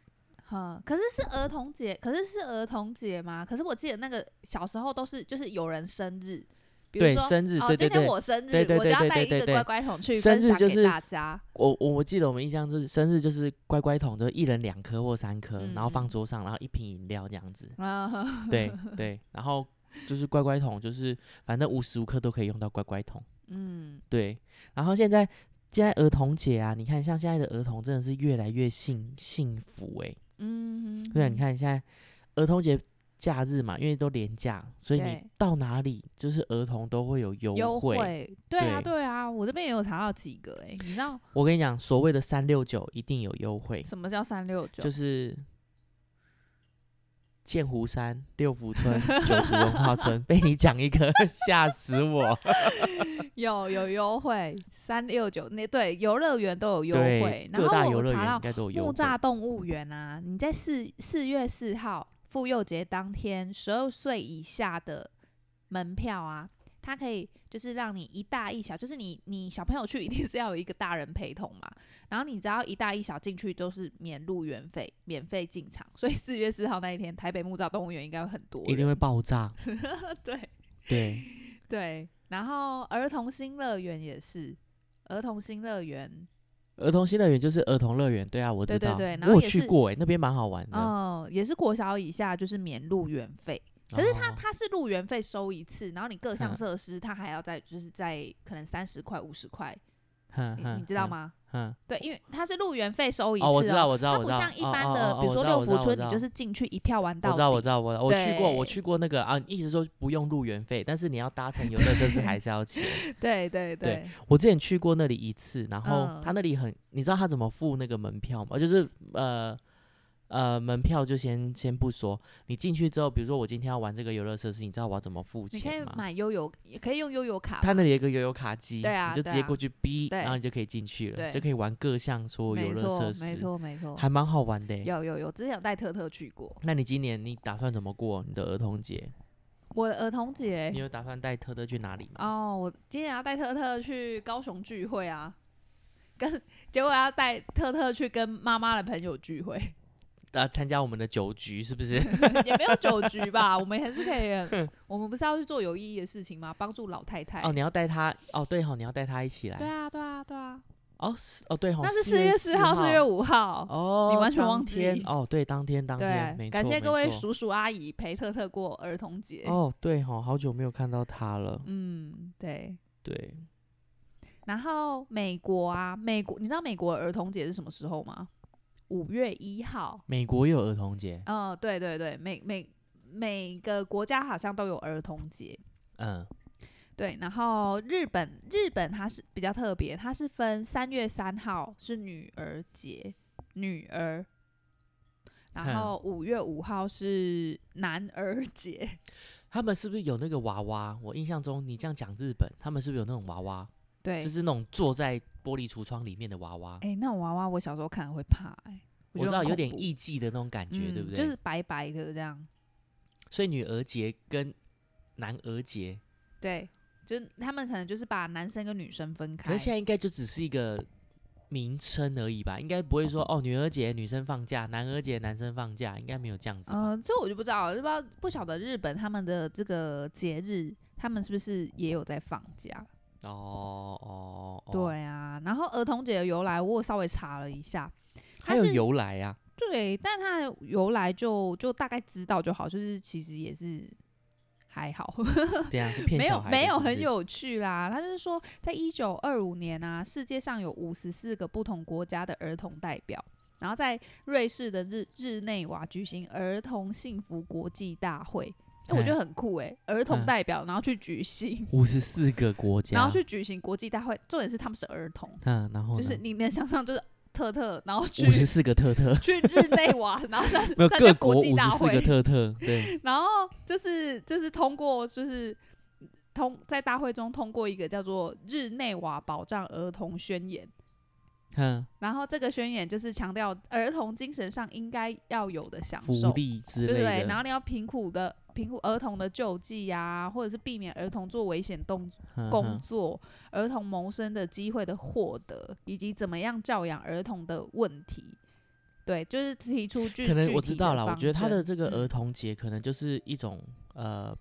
Speaker 2: 哼，可是是儿童节，可是是儿童节吗？可是我记得那个小时候都是就是有人生日，比如
Speaker 1: 对
Speaker 2: 说
Speaker 1: 生日
Speaker 2: 哦，
Speaker 1: 对对
Speaker 2: 今天
Speaker 1: 对
Speaker 2: 我生日，
Speaker 1: 对对
Speaker 2: 我就要
Speaker 1: 对对
Speaker 2: 带一
Speaker 1: 对
Speaker 2: 个
Speaker 1: 对
Speaker 2: 乖乖桶去
Speaker 1: 生
Speaker 2: 分
Speaker 1: 日
Speaker 2: 享
Speaker 1: 就
Speaker 2: 给
Speaker 1: 是
Speaker 2: 大家。
Speaker 1: 我我我记得我们印象就是生日就是乖乖桶，就是一人两颗或三颗，然后
Speaker 2: 嗯
Speaker 1: 放桌上，然后一瓶饮料这样子。
Speaker 2: 嗯，
Speaker 1: 对对，然后就是乖乖桶，就是反正无时无刻都可以用到乖乖桶。
Speaker 2: 嗯，
Speaker 1: 对，然后现在现在儿童节啊，你看像现在的儿童真的是越来越幸幸福诶、
Speaker 2: 嗯，
Speaker 1: 对啊，你看现在儿童节假日嘛，因为都连假，所以你
Speaker 2: 对
Speaker 1: 到哪里就是儿童都会有优惠。
Speaker 2: 优惠，对啊，
Speaker 1: 对
Speaker 2: 对啊，我这边也有查到几个哎、你知道
Speaker 1: 我跟你讲，所谓的三六九一定有优惠，
Speaker 2: 什么叫三六九
Speaker 1: 就？是剑湖山、六福村、九福文化村， 被你讲一个吓死我。
Speaker 2: 有有优惠，三六九那对游乐园都有优
Speaker 1: 对
Speaker 2: 惠，，然
Speaker 1: 各大
Speaker 2: 后
Speaker 1: 游
Speaker 2: 我
Speaker 1: 乐
Speaker 2: 查
Speaker 1: 园
Speaker 2: 到
Speaker 1: 应该都有优
Speaker 2: 木
Speaker 1: 惠。
Speaker 2: 栅动物园啊，你在四四月四号妇幼节当天，十二岁以下的门票啊，它可以就是让你一大一小，就是你你小朋友去一定是要有一个大人陪同嘛，然后你只要一大一小进去都是免入园费，免费进场，所以四月四号那一天，台北木栅动物园应该会很多人，
Speaker 1: 一定会爆炸，
Speaker 2: 对
Speaker 1: 对，
Speaker 2: 对，然后儿童新乐园也是。儿童新乐园，
Speaker 1: 儿童新乐园就是儿童乐园，对啊，我知
Speaker 2: 对对
Speaker 1: 道，
Speaker 2: 对然
Speaker 1: 我
Speaker 2: 后
Speaker 1: 有
Speaker 2: 也
Speaker 1: 去
Speaker 2: 是
Speaker 1: 过、欸，那边蛮好玩的。
Speaker 2: 嗯，也是国小以下就是免入园费，可是
Speaker 1: 他
Speaker 2: 它是入园费收一次，然后你各
Speaker 1: 哦
Speaker 2: 项
Speaker 1: 嗯
Speaker 2: 设施它还要再就是在可能三十块五十块，
Speaker 1: 他
Speaker 2: 你你知道？吗？
Speaker 1: 嗯，
Speaker 2: 对，因为它是入园费收一次、
Speaker 1: 哦，我知道，我知道，
Speaker 2: 它
Speaker 1: 我
Speaker 2: 不
Speaker 1: 知道。
Speaker 2: 像一
Speaker 1: 哦
Speaker 2: 般
Speaker 1: 哦
Speaker 2: 的，
Speaker 1: 哦
Speaker 2: 比如
Speaker 1: 我
Speaker 2: 说
Speaker 1: 知道
Speaker 2: 六
Speaker 1: 我知道
Speaker 2: 福村，
Speaker 1: 我
Speaker 2: 你
Speaker 1: 知道
Speaker 2: 就是进去一票玩到
Speaker 1: 我知道，我
Speaker 2: 底。
Speaker 1: 知道，我我去过，我
Speaker 2: 对
Speaker 1: 去过那个啊，意思说不用入园费，但是你要搭 乘游乐设施还是要钱。
Speaker 2: 对对对
Speaker 1: 我之前去过那里一次，然后
Speaker 2: 嗯
Speaker 1: 他那里很，你知道他怎么付那个门票吗？就是呃呃，门票就先先不说，你进去之后，比如说我今天要玩这个游乐设施，你知道我要怎么付
Speaker 2: 你可以
Speaker 1: 钱吗？
Speaker 2: 买悠游，也可以用悠游卡
Speaker 1: 他
Speaker 2: 吧，
Speaker 1: 那里有一个悠游卡机，
Speaker 2: 对啊
Speaker 1: 你就
Speaker 2: 对
Speaker 1: 直接
Speaker 2: 啊
Speaker 1: 过去逼，
Speaker 2: 对
Speaker 1: 然后你就可以进去了，
Speaker 2: 对
Speaker 1: 就可以玩各项所有游
Speaker 2: 没
Speaker 1: 乐设
Speaker 2: 错
Speaker 1: 施，
Speaker 2: 没错没错，
Speaker 1: 还蛮好玩的欸。
Speaker 2: 有有有，之前有带特特去过。
Speaker 1: 那你今年你打算怎么过你的儿童节？
Speaker 2: 我的儿童节
Speaker 1: 你有打算带特特去哪里吗？
Speaker 2: 哎哦，我今年要带特特去高雄聚会啊，跟结果要带特特去跟妈妈的朋友聚会。
Speaker 1: 啊，参加我们的酒局是不是？
Speaker 2: 也没有酒局吧，我们还是可以很，我们不是要去做有意义的事情吗？帮助老太太。
Speaker 1: 哦，你要带他哦，对吼，你要带他一起来。
Speaker 2: 对啊，对啊，对啊，
Speaker 1: 哦，是哦，对吼，
Speaker 2: 那
Speaker 1: 4
Speaker 2: 是四
Speaker 1: 月
Speaker 2: 月四号、四月
Speaker 1: 五。
Speaker 2: 五号。
Speaker 1: 哦，
Speaker 2: 你完全
Speaker 1: 当
Speaker 2: 忘
Speaker 1: 天
Speaker 2: 记
Speaker 1: 哦，对，当天当天，
Speaker 2: 对，
Speaker 1: 没
Speaker 2: 感
Speaker 1: 错
Speaker 2: 谢各位。
Speaker 1: 没错
Speaker 2: 叔叔阿姨陪特特过儿童节。
Speaker 1: 哦，对吼，好久没有看到他了。
Speaker 2: 嗯，对。
Speaker 1: 对，
Speaker 2: 然后美国啊，美国，你知道美国儿童节是什么时候吗？五月一号。
Speaker 1: 美国也有儿童节，
Speaker 2: 嗯，对对对，美美每个国家好像都有儿童节，
Speaker 1: 嗯，
Speaker 2: 对，然后日本日本它是比较特别，它是分三月三号是女儿节，女儿，
Speaker 1: 哼嗯
Speaker 2: 然后五月五号是男儿节，
Speaker 1: 他们是不是有那个娃娃？我印象中你这样讲日本，他们是不是有那种娃娃？
Speaker 2: 对，
Speaker 1: 就是那种坐在玻璃橱窗里面的娃娃，
Speaker 2: 哎、那种娃娃我小时候看了会怕、哎，
Speaker 1: 我知
Speaker 2: 觉得
Speaker 1: 道
Speaker 2: 很
Speaker 1: 有
Speaker 2: 恐
Speaker 1: 点
Speaker 2: 怖
Speaker 1: 艺伎的那种感觉，对
Speaker 2: 嗯
Speaker 1: 不对？
Speaker 2: 就是白白的这样，
Speaker 1: 所以女儿节跟男儿节，
Speaker 2: 对，就是他们可能就是把男生跟女生分
Speaker 1: 可
Speaker 2: 开
Speaker 1: 是，现在应该就只是一个名称而已吧？应该不会说哦，女儿节女生放假，男儿节男生放假，应该没有这样子吧？
Speaker 2: 呃，这我就不知道了，就不知道不晓得日本他们的这个节日，他们是不是也有在放假？
Speaker 1: 哦哦，哦，
Speaker 2: 对啊，然后儿童节的由来，我有稍微查了一下，
Speaker 1: 还
Speaker 2: 它
Speaker 1: 有
Speaker 2: 是
Speaker 1: 由来 啊，
Speaker 2: 对，但它的由来就就大概知道就好，就是其实也是还好，
Speaker 1: 这样啊是骗
Speaker 2: 没
Speaker 1: 小
Speaker 2: 有
Speaker 1: 孩的
Speaker 2: 没有
Speaker 1: 是不
Speaker 2: 很
Speaker 1: 是
Speaker 2: 有趣啦。他就是说，在一九二五年啊，世界上有五十四个不同国家的儿童代表，然后在瑞士的日日内瓦举行儿童幸福国际大会。哎、我觉得很酷哎、儿童
Speaker 1: 嗯
Speaker 2: 代表，然后去举行，
Speaker 1: 啊五十四个国家，
Speaker 2: 然后去举行国际大会，重点是他们是儿童，
Speaker 1: 嗯，然后
Speaker 2: 就是你能想象，就是特特，然后去，
Speaker 1: 五十四个特特
Speaker 2: 去日内瓦，然后参
Speaker 1: 没有
Speaker 2: 参加
Speaker 1: 各国
Speaker 2: 国际
Speaker 1: 五
Speaker 2: 大
Speaker 1: 十四个
Speaker 2: 会，
Speaker 1: 特 特，对，
Speaker 2: 然后就是就是通过就是通在大会中通过一个叫做《日内瓦保障儿童宣言》，
Speaker 1: 嗯，
Speaker 2: 然后这个宣言就是强调儿童精神上应该要有的享
Speaker 1: 福
Speaker 2: 受，
Speaker 1: 利之
Speaker 2: 对
Speaker 1: 类
Speaker 2: 不
Speaker 1: 的
Speaker 2: 对？，然后你要贫苦的贫苦儿童的救济呀、或者是避免儿童做危险动
Speaker 1: 嗯
Speaker 2: 工
Speaker 1: 嗯
Speaker 2: 作、儿童谋生的机会的获得，以及怎么样教养儿童的问题。对，就是提出具
Speaker 1: 可能
Speaker 2: 具
Speaker 1: 我
Speaker 2: 体
Speaker 1: 知
Speaker 2: 的
Speaker 1: 道啦，我
Speaker 2: 方
Speaker 1: 觉得他
Speaker 2: 针
Speaker 1: 的这个
Speaker 2: 嗯
Speaker 1: 儿童节可能就是一种呃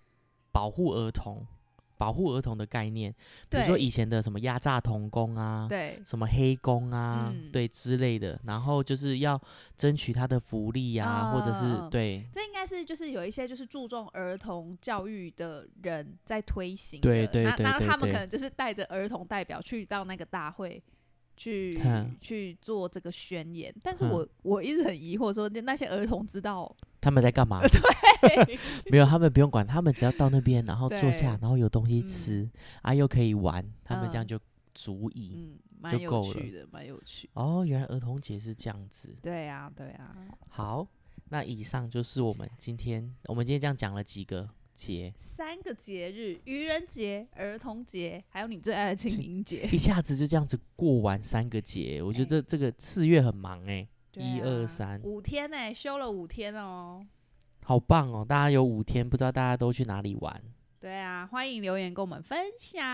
Speaker 1: 保护儿童、保护儿童的概念，比如说
Speaker 2: 对
Speaker 1: 以前的什么压榨童工啊。
Speaker 2: 对
Speaker 1: 什么黑工啊，
Speaker 2: 嗯
Speaker 1: 对之类的，然后就是要争取他的福利呀、啊，或者
Speaker 2: 嗯嗯
Speaker 1: 是
Speaker 2: 嗯
Speaker 1: 对
Speaker 2: 这应该是就是有一些就是注重儿童教育的人在推行的，
Speaker 1: 对对对
Speaker 2: 那那
Speaker 1: 对
Speaker 2: 他们
Speaker 1: 对
Speaker 2: 可能就是带着儿童代表去到那个大会去
Speaker 1: 哼
Speaker 2: 去做这个宣言，但是
Speaker 1: 哼
Speaker 2: 我我一直很疑惑说那那些儿童知道，
Speaker 1: 他们在干嘛？ 没有，他们不用管，他们只要到那边，然后坐下然
Speaker 2: 对，
Speaker 1: 后有东西
Speaker 2: 嗯
Speaker 1: 吃、啊，又可以玩，他们这样
Speaker 2: 嗯
Speaker 1: 就足以。
Speaker 2: 嗯，蛮有
Speaker 1: 够了
Speaker 2: 趣的，蛮有趣。
Speaker 1: 哦，原来儿童节是这样子。
Speaker 2: 对啊，对啊，
Speaker 1: 好，那以上就是我们今天，我们今天这样讲了几个 节，
Speaker 2: 三个节日：愚人节、儿童节，还有你最爱的清明节。
Speaker 1: 一下子就这样子过完三个节，我觉
Speaker 2: 哎
Speaker 1: 得这个四月很忙哎、
Speaker 2: 对
Speaker 1: 一二
Speaker 2: 啊
Speaker 1: 三
Speaker 2: 五天呢、休了五天哦。
Speaker 1: 好棒哦！大家有五天，不知道大家都去哪里玩。
Speaker 2: 对啊，欢迎留言跟我们分享。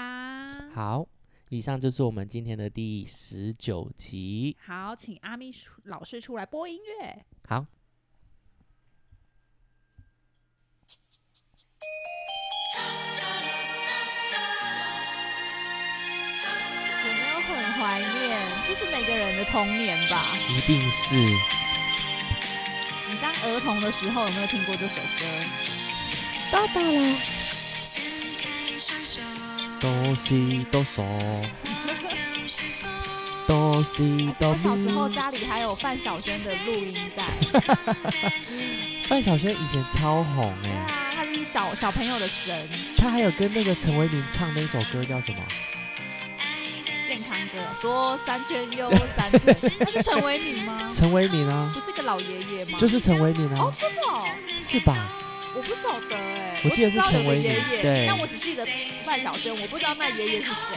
Speaker 1: 好，以上就是我们今天的第十九集。
Speaker 2: 好，请阿咪出老师出来播音乐。
Speaker 1: 好，
Speaker 2: 有没有很怀念？这是每个人的童年吧？
Speaker 1: 一定是
Speaker 2: 你当儿童的时候有没有听过这首歌？
Speaker 1: 大大了，
Speaker 3: 伸开双手，
Speaker 1: 多西多手，
Speaker 3: 我就是风。
Speaker 1: 多西嗯
Speaker 2: 而且
Speaker 1: 多
Speaker 2: 我小时候
Speaker 1: 咪
Speaker 2: 家里还有范晓萱的录音带。
Speaker 1: 范晓萱以前超红
Speaker 2: 对
Speaker 1: 哎、
Speaker 2: 啊，她就是小小朋友的神。
Speaker 1: 她还有跟那个陈为民唱那首歌叫什么？
Speaker 2: 健康哥，左三圈右三 圈，他是陈为民吗？
Speaker 1: 陈为民啊，
Speaker 2: 不是个老爷爷吗？
Speaker 1: 就是陈为民啊。
Speaker 2: 哦，真的哦，
Speaker 1: 是吧？
Speaker 2: 我不晓得哎、
Speaker 1: 我
Speaker 2: 我
Speaker 1: 记得是
Speaker 2: 只知道有
Speaker 1: 陈
Speaker 2: 个
Speaker 1: 为
Speaker 2: 爷
Speaker 1: 民
Speaker 2: 爷，
Speaker 1: 对
Speaker 2: 但我只记得范晓萱，我不知道那爷爷是谁。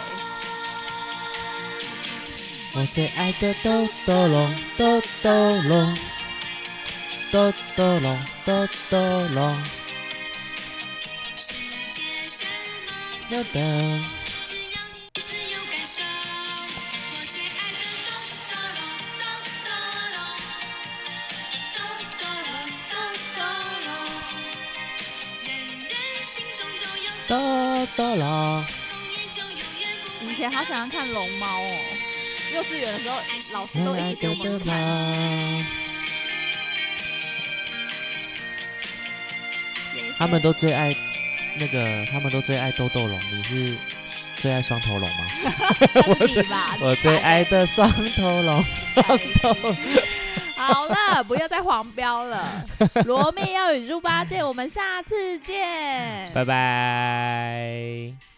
Speaker 1: 我最爱的豆豆龙，豆豆龙，豆豆龙，豆豆龙，
Speaker 3: 世界什么
Speaker 1: 豆豆。
Speaker 3: 只让你自由感受。我最爱的咚咚咚咚咚咚，咚咚咚咚咚咚，人人心中都有
Speaker 1: 哆哆啦，
Speaker 3: 童年，就永远不
Speaker 2: 以
Speaker 3: 会
Speaker 2: 前好喜欢看《龙猫》哦，幼稚园的时候老师都一直给我们看。
Speaker 1: 啦。他们都最爱那个，他们都最爱豆豆龙。你是最爱双头龙吗？
Speaker 2: 那是你吧？
Speaker 1: 我最爱的双头龙。
Speaker 2: 你看的
Speaker 1: 豆
Speaker 2: 好好了，不要再黄标了。罗密欧与猪八戒，我们下次见。
Speaker 1: 拜拜。